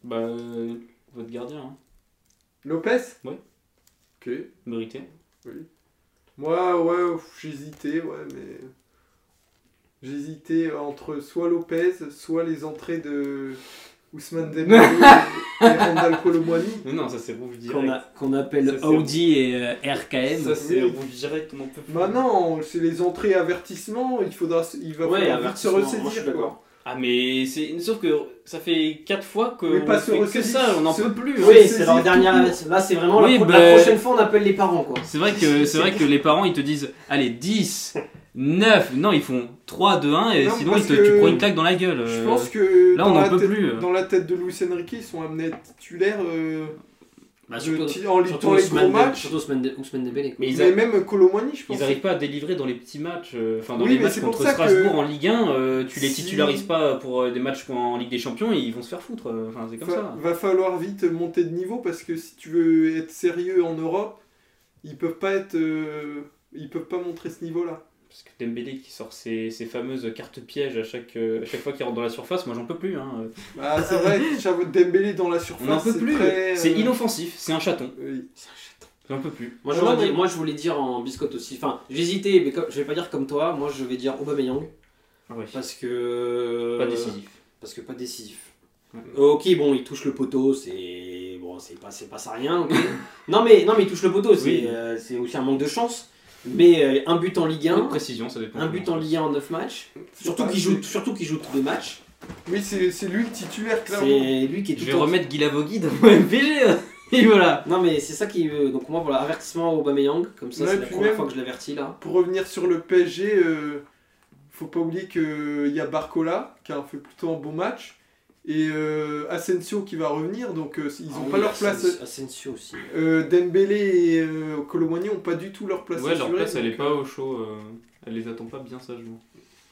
[SPEAKER 1] Bah, euh, votre gardien, hein.
[SPEAKER 3] Lopez
[SPEAKER 1] Ouais.
[SPEAKER 3] Ok.
[SPEAKER 1] mérité.
[SPEAKER 3] Moi, ouais, pff, j'hésitais, ouais, mais. J'hésitais entre soit Lopez, soit les entrées de Ousmane Dembélé et et Randall Colomwani.
[SPEAKER 1] Mais non, ça c'est rouge
[SPEAKER 2] Qu'on
[SPEAKER 1] direct.
[SPEAKER 2] a- qu'on appelle
[SPEAKER 1] Ça, c'est-
[SPEAKER 2] Audi et euh, RKM.
[SPEAKER 1] Ça c'est
[SPEAKER 3] Oui.
[SPEAKER 1] rouge direct, on en peut plus.
[SPEAKER 3] Maintenant, Bah c'est les entrées avertissement, il faudra, se- il va
[SPEAKER 2] Ouais,
[SPEAKER 3] falloir vite se
[SPEAKER 2] avertissement, moi, je suis
[SPEAKER 3] ressaisir.
[SPEAKER 2] d'accord.
[SPEAKER 3] Quoi.
[SPEAKER 1] Ah, mais c'est. Sauf que ça fait 4 fois que.
[SPEAKER 3] Mais pas
[SPEAKER 1] on
[SPEAKER 3] se
[SPEAKER 1] fait que
[SPEAKER 3] ressaisir,
[SPEAKER 1] ça, on n'en
[SPEAKER 3] se-
[SPEAKER 1] peut plus. hein.
[SPEAKER 2] Oui,
[SPEAKER 3] Ouais, c'est
[SPEAKER 2] c'est leur
[SPEAKER 3] tout
[SPEAKER 2] dernière. Là, c'est vraiment la
[SPEAKER 1] Oui,
[SPEAKER 2] pro- la,
[SPEAKER 1] bah-
[SPEAKER 2] prochaine fois, on appelle les parents, quoi.
[SPEAKER 1] C'est vrai que c'est vrai que les parents ils te disent allez 10 9 non ils font 3 2 1 et
[SPEAKER 3] Non,
[SPEAKER 1] sinon
[SPEAKER 3] parce
[SPEAKER 1] ils te,
[SPEAKER 3] que
[SPEAKER 1] tu prends une claque dans la gueule.
[SPEAKER 3] Je
[SPEAKER 1] euh.
[SPEAKER 3] pense que
[SPEAKER 1] là, on
[SPEAKER 3] dans,
[SPEAKER 1] en
[SPEAKER 3] la
[SPEAKER 1] peut
[SPEAKER 3] tête,
[SPEAKER 1] plus. euh.
[SPEAKER 3] dans la tête de Luis Enrique, ils sont amenés à être titulaires euh,
[SPEAKER 2] Bah,
[SPEAKER 3] de-
[SPEAKER 2] surtout,
[SPEAKER 3] en luttant les gros
[SPEAKER 2] Ousmane, De-
[SPEAKER 3] matchs.
[SPEAKER 2] surtout Ousmane, de, Ousmane Dembélé, quoi.
[SPEAKER 1] Mais ils,
[SPEAKER 3] Mais
[SPEAKER 1] a-
[SPEAKER 3] même Colomwani, je pense.
[SPEAKER 1] ils arrivent pas à délivrer dans les petits matchs euh, enfin dans
[SPEAKER 3] Oui,
[SPEAKER 1] les
[SPEAKER 3] mais
[SPEAKER 1] matchs
[SPEAKER 3] c'est pour
[SPEAKER 1] contre
[SPEAKER 3] ça que-
[SPEAKER 1] Strasbourg en Ligue 1 euh, tu les
[SPEAKER 3] Si-
[SPEAKER 1] titularises pas pour euh, des matchs en Ligue des Champions et ils vont se faire foutre euh, enfin c'est comme
[SPEAKER 3] Va,
[SPEAKER 1] ça.
[SPEAKER 3] va falloir vite monter de niveau parce que si tu veux être sérieux en Europe, ils peuvent pas être, euh, ils peuvent pas montrer ce niveau-là.
[SPEAKER 1] Parce que Dembélé qui sort ses, ses fameuses cartes pièges à chaque euh, à chaque fois qu'il rentre dans la surface moi j'en peux plus hein.
[SPEAKER 3] Ah, c'est vrai, que Chavo Dembélé dans la
[SPEAKER 1] On en
[SPEAKER 3] surface,
[SPEAKER 1] peut
[SPEAKER 3] c'est
[SPEAKER 1] plus.
[SPEAKER 3] très, euh,
[SPEAKER 1] C'est inoffensif, c'est un chaton.
[SPEAKER 3] oui.
[SPEAKER 1] J'en peux plus.
[SPEAKER 2] Moi,
[SPEAKER 3] Non,
[SPEAKER 2] j'aurais
[SPEAKER 3] non,
[SPEAKER 2] dit-
[SPEAKER 3] mais-
[SPEAKER 2] moi, je voulais dire en biscotte aussi. Enfin, j'hésitais, mais comme, je vais pas dire comme toi. Moi, je vais dire Aubameyang
[SPEAKER 3] Ah
[SPEAKER 1] Ouais.
[SPEAKER 2] parce que
[SPEAKER 1] Pas décisif.
[SPEAKER 2] Parce que pas décisif.
[SPEAKER 1] Ouais.
[SPEAKER 2] Euh, ok, bon, il touche le poteau, c'est bon, c'est pas, c'est pas ça rien. ok. non mais non mais il touche le poteau, c'est
[SPEAKER 1] Oui.
[SPEAKER 2] euh, c'est aussi un manque de chance. Mais euh, un but en Ligue
[SPEAKER 3] Hein
[SPEAKER 2] 1,
[SPEAKER 1] Précision, ça dépend.
[SPEAKER 2] un but en Ligue 1 en 9 matchs.
[SPEAKER 3] C'est
[SPEAKER 2] Surtout
[SPEAKER 3] pas-
[SPEAKER 2] qu'il joue, surtout qu'il joue tous les matchs.
[SPEAKER 3] Oui, c'est c'est lui le titulaire clairement.
[SPEAKER 2] C'est lui qui est tout
[SPEAKER 1] Je vais
[SPEAKER 2] le temps-
[SPEAKER 1] remettre Guy Lavogui dans mon MPG. hein. Et voilà.
[SPEAKER 2] Non mais c'est ça qui euh, donc moi voilà avertissement à Aubameyang comme ça
[SPEAKER 3] Ouais,
[SPEAKER 2] c'est la
[SPEAKER 3] puis
[SPEAKER 2] première
[SPEAKER 3] même-
[SPEAKER 2] fois que je l'avertis là.
[SPEAKER 3] Pour revenir sur le PSG, euh, faut pas oublier que il y a Barcola qui a fait plutôt un bon match et euh, Asensio qui va revenir, donc euh, ils ont
[SPEAKER 2] Ah
[SPEAKER 3] pas
[SPEAKER 2] oui,
[SPEAKER 3] leur place.
[SPEAKER 2] Asensio- Asensio aussi.
[SPEAKER 3] Euh, Dembélé et euh, Colomani ont pas du tout leur place.
[SPEAKER 1] Ouais, leur
[SPEAKER 3] assurée,
[SPEAKER 1] place, elle
[SPEAKER 3] donc,
[SPEAKER 1] est pas au chaud. euh, Elle les attend pas bien sagement.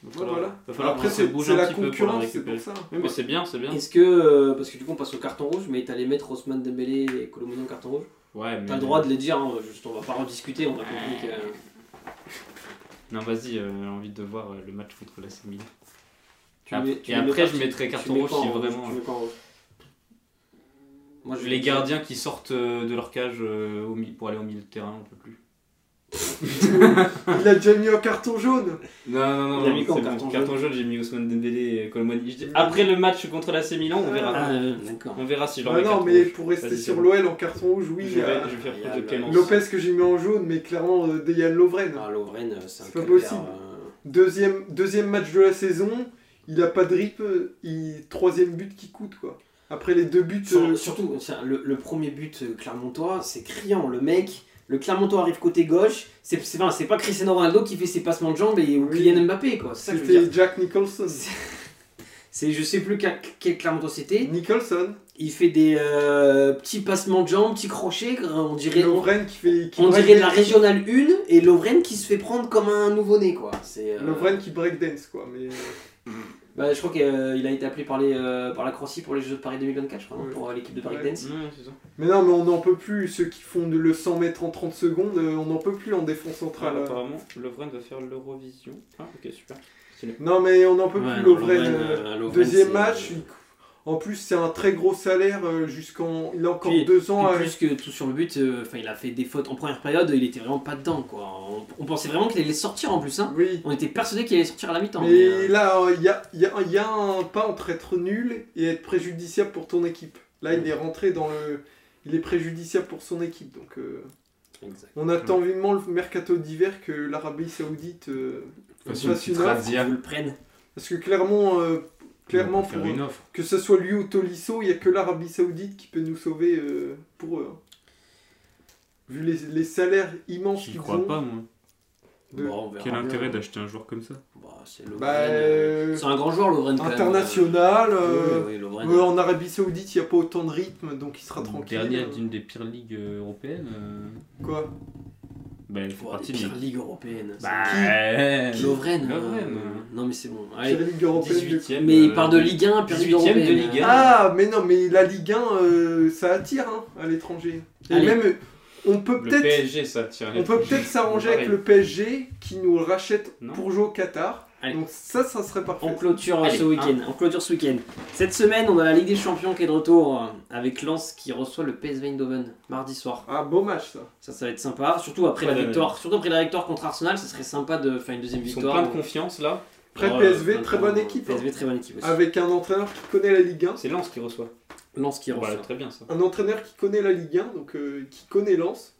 [SPEAKER 1] Va
[SPEAKER 3] Ouais,
[SPEAKER 1] falloir-
[SPEAKER 3] voilà.
[SPEAKER 1] va falloir
[SPEAKER 3] Après,
[SPEAKER 1] qu'on se
[SPEAKER 3] c'est
[SPEAKER 1] bouge
[SPEAKER 3] c'est
[SPEAKER 1] un
[SPEAKER 3] la
[SPEAKER 1] petit peu pour la
[SPEAKER 3] concurrence, c'est
[SPEAKER 1] récupérer.
[SPEAKER 3] pour ça.
[SPEAKER 1] Oui, mais c'est bien, c'est bien.
[SPEAKER 2] Est-ce que euh, parce que du coup on passe au carton rouge mais t'allais mettre Osman Dembélé et Colomoni en carton rouge?
[SPEAKER 1] Ouais, mais.
[SPEAKER 2] T'as le droit de les dire, hein, juste on va pas en discuter, on va compris que.
[SPEAKER 1] Non, vas-y, euh, j'ai envie de voir euh, le match contre la Sémille.
[SPEAKER 2] Tu
[SPEAKER 1] Après-
[SPEAKER 2] tu
[SPEAKER 1] et après,
[SPEAKER 2] par-
[SPEAKER 1] je mettrai
[SPEAKER 2] tu
[SPEAKER 1] carton
[SPEAKER 2] mets
[SPEAKER 1] rouge
[SPEAKER 2] quoi
[SPEAKER 1] si
[SPEAKER 2] en
[SPEAKER 1] vraiment- euh,
[SPEAKER 2] tu mets quoi en rouge Moi, je
[SPEAKER 1] Les gardiens qui sortent euh, de leur cage euh, au mi- pour aller au milieu de terrain, on peut plus.
[SPEAKER 3] Il a déjà mis un carton jaune.
[SPEAKER 1] Non, non, non,
[SPEAKER 2] Il a
[SPEAKER 1] non,
[SPEAKER 2] mis
[SPEAKER 1] c'est
[SPEAKER 2] quand,
[SPEAKER 1] bon.
[SPEAKER 2] carton jaune
[SPEAKER 1] Carton jaune, j'ai mis Ousmane Dembélé et Colomani. Je dis, Après le match contre la Milan, on verra.
[SPEAKER 2] Mmh. Ah, euh, d'accord.
[SPEAKER 1] On verra si je leur
[SPEAKER 3] Ah
[SPEAKER 1] mets
[SPEAKER 3] non,
[SPEAKER 1] carton
[SPEAKER 3] mais
[SPEAKER 1] rouge.
[SPEAKER 3] pour rester
[SPEAKER 1] Vas-y,
[SPEAKER 3] sur
[SPEAKER 1] c'est
[SPEAKER 3] l'OL en carton rouge, oui, euh, il
[SPEAKER 1] Je
[SPEAKER 3] y a
[SPEAKER 1] vais, je vais faire
[SPEAKER 2] il y
[SPEAKER 1] preuve
[SPEAKER 2] a
[SPEAKER 1] de
[SPEAKER 2] le-
[SPEAKER 1] clémence.
[SPEAKER 3] Lopez que j'ai mis en jaune, mais clairement euh, Dejan Lovren.
[SPEAKER 2] Ah, Lovren, euh, c'est un
[SPEAKER 3] C'est pas
[SPEAKER 2] calvaire,
[SPEAKER 3] possible.
[SPEAKER 2] euh,
[SPEAKER 3] Deuxième, deuxième match de la saison, il a pas de rip, euh, il... troisième but qui coûte quoi. Après les deux buts.
[SPEAKER 2] sur-
[SPEAKER 3] euh,
[SPEAKER 2] Surtout, c'est- le, le premier but euh, Clermontois, c'est criant. Le mec, le Clermontois arrive côté gauche. C'est c'est- enfin, c'est pas Cristiano Ronaldo qui fait ses passements de jambes et ou
[SPEAKER 3] Oui.
[SPEAKER 2] Kylian Mbappé, quoi. C'est ça que je veux dire.
[SPEAKER 3] C'était Jack Nicholson.
[SPEAKER 2] C'est je sais plus quel, quel Clermontois c'était.
[SPEAKER 3] Nicholson,
[SPEAKER 2] Il fait des euh, petits passements de jambes, petits crochets, on dirait.
[SPEAKER 3] Lovren qui fait. Qui
[SPEAKER 2] On
[SPEAKER 3] break
[SPEAKER 2] dirait de la
[SPEAKER 3] dance.
[SPEAKER 2] régionale 1 et Lovren qui se fait prendre comme un nouveau-né quoi. C'est, euh,
[SPEAKER 3] Lovren qui breakdance quoi. Mais... euh,
[SPEAKER 2] bah, je crois qu'il a été appelé par, les, euh, par la Croatie pour les Jeux de Paris 2024, je crois, non
[SPEAKER 3] Ouais.
[SPEAKER 2] pour euh, l'équipe de Paris
[SPEAKER 3] Ouais.
[SPEAKER 2] Dance.
[SPEAKER 1] Ouais, c'est ça.
[SPEAKER 3] mais non, mais on n'en peut plus. Ceux qui font de- le 100 mètres en 30 secondes, euh, on n'en peut plus en défense centrale.
[SPEAKER 1] Ah, apparemment, Lovren va faire l'Eurovision. Ah, ok, super.
[SPEAKER 3] Non, mais on n'en peut plus, Lovren. euh, Deuxième match,
[SPEAKER 2] Puis,
[SPEAKER 3] il- en plus c'est un très gros salaire euh, jusqu'en. Il a encore
[SPEAKER 2] Puis-
[SPEAKER 3] deux ans. euh, à-
[SPEAKER 2] plus que tout sur le but, euh, enfin il a fait des fautes en première période, il était vraiment pas dedans quoi. On, on pensait vraiment qu'il allait sortir en plus, hein.
[SPEAKER 3] Oui.
[SPEAKER 2] on était persuadé qu'il allait sortir à la mi-temps.
[SPEAKER 3] Mais
[SPEAKER 2] mais, euh,
[SPEAKER 3] là, euh, il y a, il y a- il y a un pas entre être nul et être préjudiciable pour ton équipe. Là, il est rentré dans le. Il est préjudiciable pour son équipe. Donc, euh,
[SPEAKER 2] exact.
[SPEAKER 3] on attend vivement le mercato d'hiver que l'Arabie Saoudite euh,
[SPEAKER 1] Fasse
[SPEAKER 3] fasse une offre.
[SPEAKER 2] Ils vous le prennent.
[SPEAKER 3] Parce que clairement, euh, clairement pour,
[SPEAKER 1] une offre.
[SPEAKER 3] que ce soit lui ou Tolisso, il n'y a que l'Arabie Saoudite qui peut nous sauver euh, pour eux. hein. Vu les, les salaires immenses
[SPEAKER 1] J'y
[SPEAKER 3] qu'ils
[SPEAKER 1] crois
[SPEAKER 3] ont.
[SPEAKER 1] pas, moi.
[SPEAKER 3] De-
[SPEAKER 2] Bon, Bah, on verra
[SPEAKER 1] Quel
[SPEAKER 2] bien.
[SPEAKER 1] intérêt
[SPEAKER 3] euh,
[SPEAKER 1] d'acheter un joueur comme ça
[SPEAKER 2] Bah, c'est Lovren,
[SPEAKER 3] Bah,
[SPEAKER 2] euh,
[SPEAKER 3] euh,
[SPEAKER 2] C'est un grand joueur, Lovren. quand même.
[SPEAKER 3] international. euh,
[SPEAKER 2] Oui, oui, Lovren.
[SPEAKER 3] euh, en Arabie Saoudite, il n'y a pas autant de rythme, donc il sera tranquille.
[SPEAKER 1] Dernière
[SPEAKER 3] euh,
[SPEAKER 1] d'une des pires ligues euh, européennes. euh,
[SPEAKER 3] Quoi
[SPEAKER 1] Ben, il fait
[SPEAKER 2] Pour
[SPEAKER 1] partie
[SPEAKER 2] des
[SPEAKER 1] de
[SPEAKER 2] pires
[SPEAKER 1] l'équipe.
[SPEAKER 2] ligues européennes.
[SPEAKER 1] Bah,
[SPEAKER 2] Lovren.
[SPEAKER 1] Lovren.
[SPEAKER 2] euh, Non, mais c'est bon.
[SPEAKER 3] C'est la
[SPEAKER 2] Allez.
[SPEAKER 3] Ligue européenne. du-
[SPEAKER 1] 18ème.
[SPEAKER 2] Mais il part de Ligue 1, puis
[SPEAKER 1] 18e de
[SPEAKER 2] Ligue européenne.
[SPEAKER 1] Ligue 1.
[SPEAKER 3] Ah, mais non, mais la Ligue 1, euh, ça attire hein, à l'étranger. Et
[SPEAKER 2] Allez.
[SPEAKER 3] même, euh, on peut
[SPEAKER 1] Le
[SPEAKER 3] peut-être
[SPEAKER 1] PSG, ça tire les
[SPEAKER 3] on peut
[SPEAKER 1] trucs.
[SPEAKER 3] peut-être s'arranger
[SPEAKER 1] Pareil.
[SPEAKER 3] avec le PSG qui nous rachète
[SPEAKER 1] Non.
[SPEAKER 3] pour jouer au Qatar.
[SPEAKER 2] Allez.
[SPEAKER 3] Donc ça, ça serait parfait.
[SPEAKER 2] On clôture
[SPEAKER 1] Allez,
[SPEAKER 2] ce week-end. On clôture ce week-end. Cette semaine, on a la Ligue des Champions qui est de retour euh, avec Lens qui reçoit le PSV Eindhoven mardi soir.
[SPEAKER 3] Ah, beau match ça.
[SPEAKER 2] Ça, ça va être sympa. Surtout après
[SPEAKER 1] Ouais,
[SPEAKER 2] la
[SPEAKER 1] ouais,
[SPEAKER 2] victoire, surtout après la victoire contre Arsenal, ça serait sympa de faire une deuxième
[SPEAKER 1] Ils sont
[SPEAKER 2] victoire.
[SPEAKER 1] pleins de confiance là.
[SPEAKER 3] Après,
[SPEAKER 2] Pour, euh,
[SPEAKER 3] PSV, très
[SPEAKER 2] un-
[SPEAKER 3] bonne équipe. hein.
[SPEAKER 2] PSV, très bonne équipe aussi.
[SPEAKER 3] Avec un entraîneur qui connaît la Ligue 1.
[SPEAKER 1] C'est Lens qui reçoit.
[SPEAKER 2] Lens qui reçoit.
[SPEAKER 1] Voilà, très bien ça.
[SPEAKER 3] Un entraîneur qui connaît la Ligue 1, donc euh, qui connaît Lens.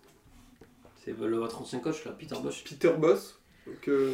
[SPEAKER 2] C'est le- votre ancien coach là, Peter Bosch.
[SPEAKER 3] Peter Boss. Donc, euh,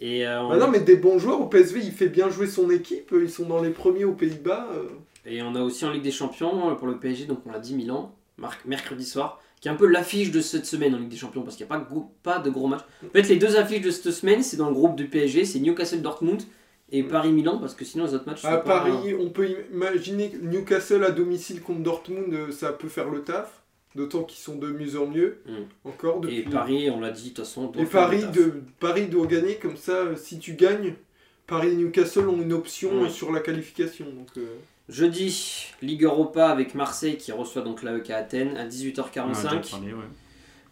[SPEAKER 2] Et euh, on-
[SPEAKER 3] bah non, mais des bons joueurs au PSV, il fait bien jouer son équipe. Ils sont dans les premiers aux Pays-Bas. euh.
[SPEAKER 2] Et on a aussi en Ligue des Champions euh, pour le PSG, donc on l'a dit Milan, mar- mercredi soir, qui est un peu l'affiche de cette semaine en Ligue des Champions parce qu'il n'y a pas, gros- pas de gros matchs. En fait, les deux affiches de cette semaine, c'est dans le groupe du PSG, c'est Newcastle Dortmund et Paris-Milan parce que sinon les autres matchs sont
[SPEAKER 3] À
[SPEAKER 2] pas-
[SPEAKER 3] Ah, Paris, on peut imaginer que Newcastle à domicile contre Dortmund, euh, ça peut faire le taf. D'autant qu'ils sont de mieux en mieux.
[SPEAKER 2] Mm.
[SPEAKER 3] Encore depuis.
[SPEAKER 2] Et Paris, on l'a dit de toute façon. euh, doit
[SPEAKER 3] Et
[SPEAKER 2] faire le
[SPEAKER 3] Paris,
[SPEAKER 2] taf.
[SPEAKER 3] de, Paris doit gagner, comme ça, euh, si tu gagnes, Paris et Newcastle ont une option
[SPEAKER 2] Ouais.
[SPEAKER 3] euh, sur la qualification. Donc, euh,
[SPEAKER 2] Jeudi, Ligue Europa avec Marseille qui reçoit donc l'AEK Athènes à 18h45.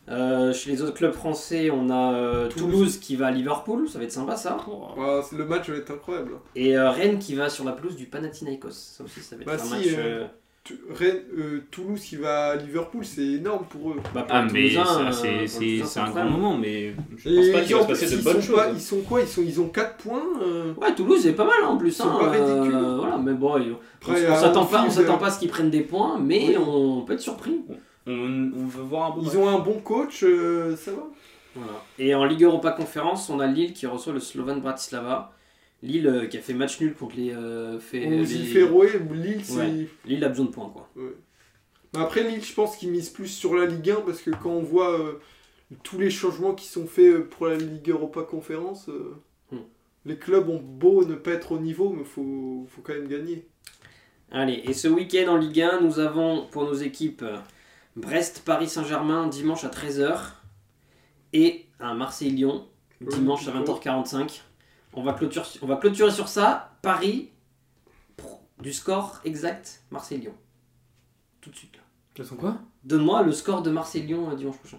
[SPEAKER 2] Euh, chez les autres clubs français, on a euh,
[SPEAKER 3] Toulouse.
[SPEAKER 2] Toulouse qui va à Liverpool, ça va être sympa ça.
[SPEAKER 3] bah, c'est- le match va être incroyable. hein.
[SPEAKER 2] Et euh, Rennes qui va sur la pelouse du Panathinaikos. Ça aussi, ça va être
[SPEAKER 3] Bah
[SPEAKER 2] un
[SPEAKER 3] si,
[SPEAKER 2] match.
[SPEAKER 3] euh,
[SPEAKER 2] euh,
[SPEAKER 3] Tu- Rennes- euh, Toulouse qui va à Liverpool, c'est énorme pour eux.
[SPEAKER 2] bah, pour
[SPEAKER 1] Ah,
[SPEAKER 2] les
[SPEAKER 1] mais
[SPEAKER 2] Toulousains,
[SPEAKER 1] ça,
[SPEAKER 2] euh, pour
[SPEAKER 1] c'est-
[SPEAKER 2] les
[SPEAKER 1] c'est
[SPEAKER 2] Toulousains,
[SPEAKER 1] c'est un grand
[SPEAKER 2] incroyable.
[SPEAKER 1] moment, mais je
[SPEAKER 3] Et
[SPEAKER 1] pense pas qu'il va
[SPEAKER 3] en
[SPEAKER 1] se passer
[SPEAKER 3] plus,
[SPEAKER 1] de
[SPEAKER 3] ils
[SPEAKER 1] bonnes
[SPEAKER 3] sont pas-
[SPEAKER 2] hein.
[SPEAKER 1] choses.
[SPEAKER 3] ils sont quoi ils, sont, ils ont 4 points. euh,
[SPEAKER 2] Ouais, Toulouse est pas mal en plus.
[SPEAKER 3] Ils
[SPEAKER 2] Hein,
[SPEAKER 3] sont pas ridicules.
[SPEAKER 2] euh, voilà, mais bon, ils- on
[SPEAKER 3] après,
[SPEAKER 2] on
[SPEAKER 3] à
[SPEAKER 2] s'attend pas, on
[SPEAKER 3] Anfield,
[SPEAKER 2] s'attend pas à ce qu'ils prennent des points, mais
[SPEAKER 3] Oui.
[SPEAKER 2] on peut être surpris.
[SPEAKER 1] On, on veut voir un bon match.
[SPEAKER 3] Ils ont un bon coach, euh, ça va.
[SPEAKER 2] Voilà. Et en Ligue Europa Conférence, on a Lille qui reçoit le Slovan Bratislava. Lille euh, qui a fait match nul contre les. euh, fait-
[SPEAKER 3] On
[SPEAKER 2] les-
[SPEAKER 3] dit Féroé, Lille, c'est.
[SPEAKER 2] Ouais. Lille a besoin de points quoi.
[SPEAKER 3] Mais Bah, Après Lille, je pense qu'ils misent plus sur la Ligue 1 parce que quand on voit euh, tous les changements qui sont faits euh, pour la Ligue Europa Conférence, euh,
[SPEAKER 2] Hmm.
[SPEAKER 3] les clubs ont beau ne pas être au niveau, mais faut, faut quand même gagner.
[SPEAKER 2] Allez, et ce week-end en Ligue 1, nous avons pour nos équipes euh, Brest, Paris Saint-Germain dimanche à 13h et un Marseille-Lyon dimanche à 20h45. On va, clôturer, on va clôturer sur ça. Paris, pro- du score exact Marseille-Lyon. Tout de suite. là.
[SPEAKER 1] Ils sont quoi
[SPEAKER 2] Donne-moi le score de Marseille-Lyon euh, dimanche prochain.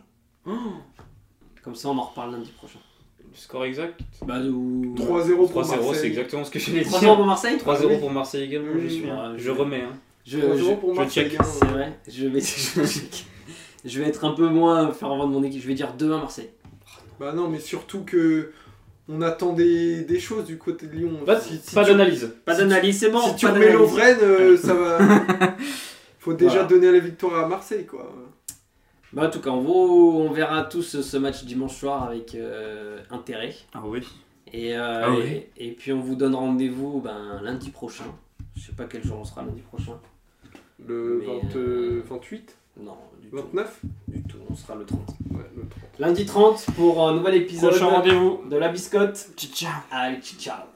[SPEAKER 2] Comme ça, on en reparle lundi prochain.
[SPEAKER 1] Le score exact
[SPEAKER 2] Bah, ou...
[SPEAKER 3] 3-0
[SPEAKER 1] 3-0,
[SPEAKER 3] pour
[SPEAKER 1] c'est
[SPEAKER 3] Marseille.
[SPEAKER 1] exactement ce que j'allais dire.
[SPEAKER 2] 3-0 pour Marseille
[SPEAKER 1] 3-0 pour Marseille également, je
[SPEAKER 3] Oui.
[SPEAKER 1] suis.
[SPEAKER 2] Ouais,
[SPEAKER 1] Je
[SPEAKER 2] je-
[SPEAKER 1] remets. hein.
[SPEAKER 2] Je-
[SPEAKER 3] 3-0
[SPEAKER 2] je-
[SPEAKER 3] pour
[SPEAKER 1] je
[SPEAKER 3] Marseille.
[SPEAKER 1] check.
[SPEAKER 3] hein.
[SPEAKER 2] C'est vrai, je vais, je vais être un peu moins fervent de mon équipe. Je vais dire 2-1 Marseille.
[SPEAKER 3] Bah non, mais surtout que on attend des, des choses du côté de Lyon.
[SPEAKER 1] Pas,
[SPEAKER 3] Si- si
[SPEAKER 1] pas
[SPEAKER 3] tu-
[SPEAKER 1] d'analyse.
[SPEAKER 2] Pas d'analyse, c'est bon.
[SPEAKER 3] si tu
[SPEAKER 2] pas
[SPEAKER 3] remets
[SPEAKER 2] d'analyse.
[SPEAKER 3] Lovren, euh, ça va. Faut déjà
[SPEAKER 2] Voilà.
[SPEAKER 3] donner la victoire à Marseille, quoi.
[SPEAKER 2] Bah, en tout cas, on, vaut- on verra tous ce match dimanche soir avec euh, intérêt.
[SPEAKER 1] Ah oui.
[SPEAKER 2] Et, euh,
[SPEAKER 1] Ah
[SPEAKER 2] et-
[SPEAKER 1] oui.
[SPEAKER 2] et, puis on vous donne rendez-vous ben, lundi prochain. Je sais pas quel jour on sera lundi prochain.
[SPEAKER 3] Le
[SPEAKER 2] Mais,
[SPEAKER 3] 20,
[SPEAKER 2] euh,
[SPEAKER 3] 28,
[SPEAKER 2] Non, du tout.
[SPEAKER 3] 29
[SPEAKER 2] Du tout. On sera le 30.
[SPEAKER 3] Ouais, le 30.
[SPEAKER 2] Lundi 30 pour un nouvel épisode
[SPEAKER 1] Prochain rendez-vous.
[SPEAKER 2] de la biscotte.
[SPEAKER 1] Ciao.
[SPEAKER 2] Allez, ciao.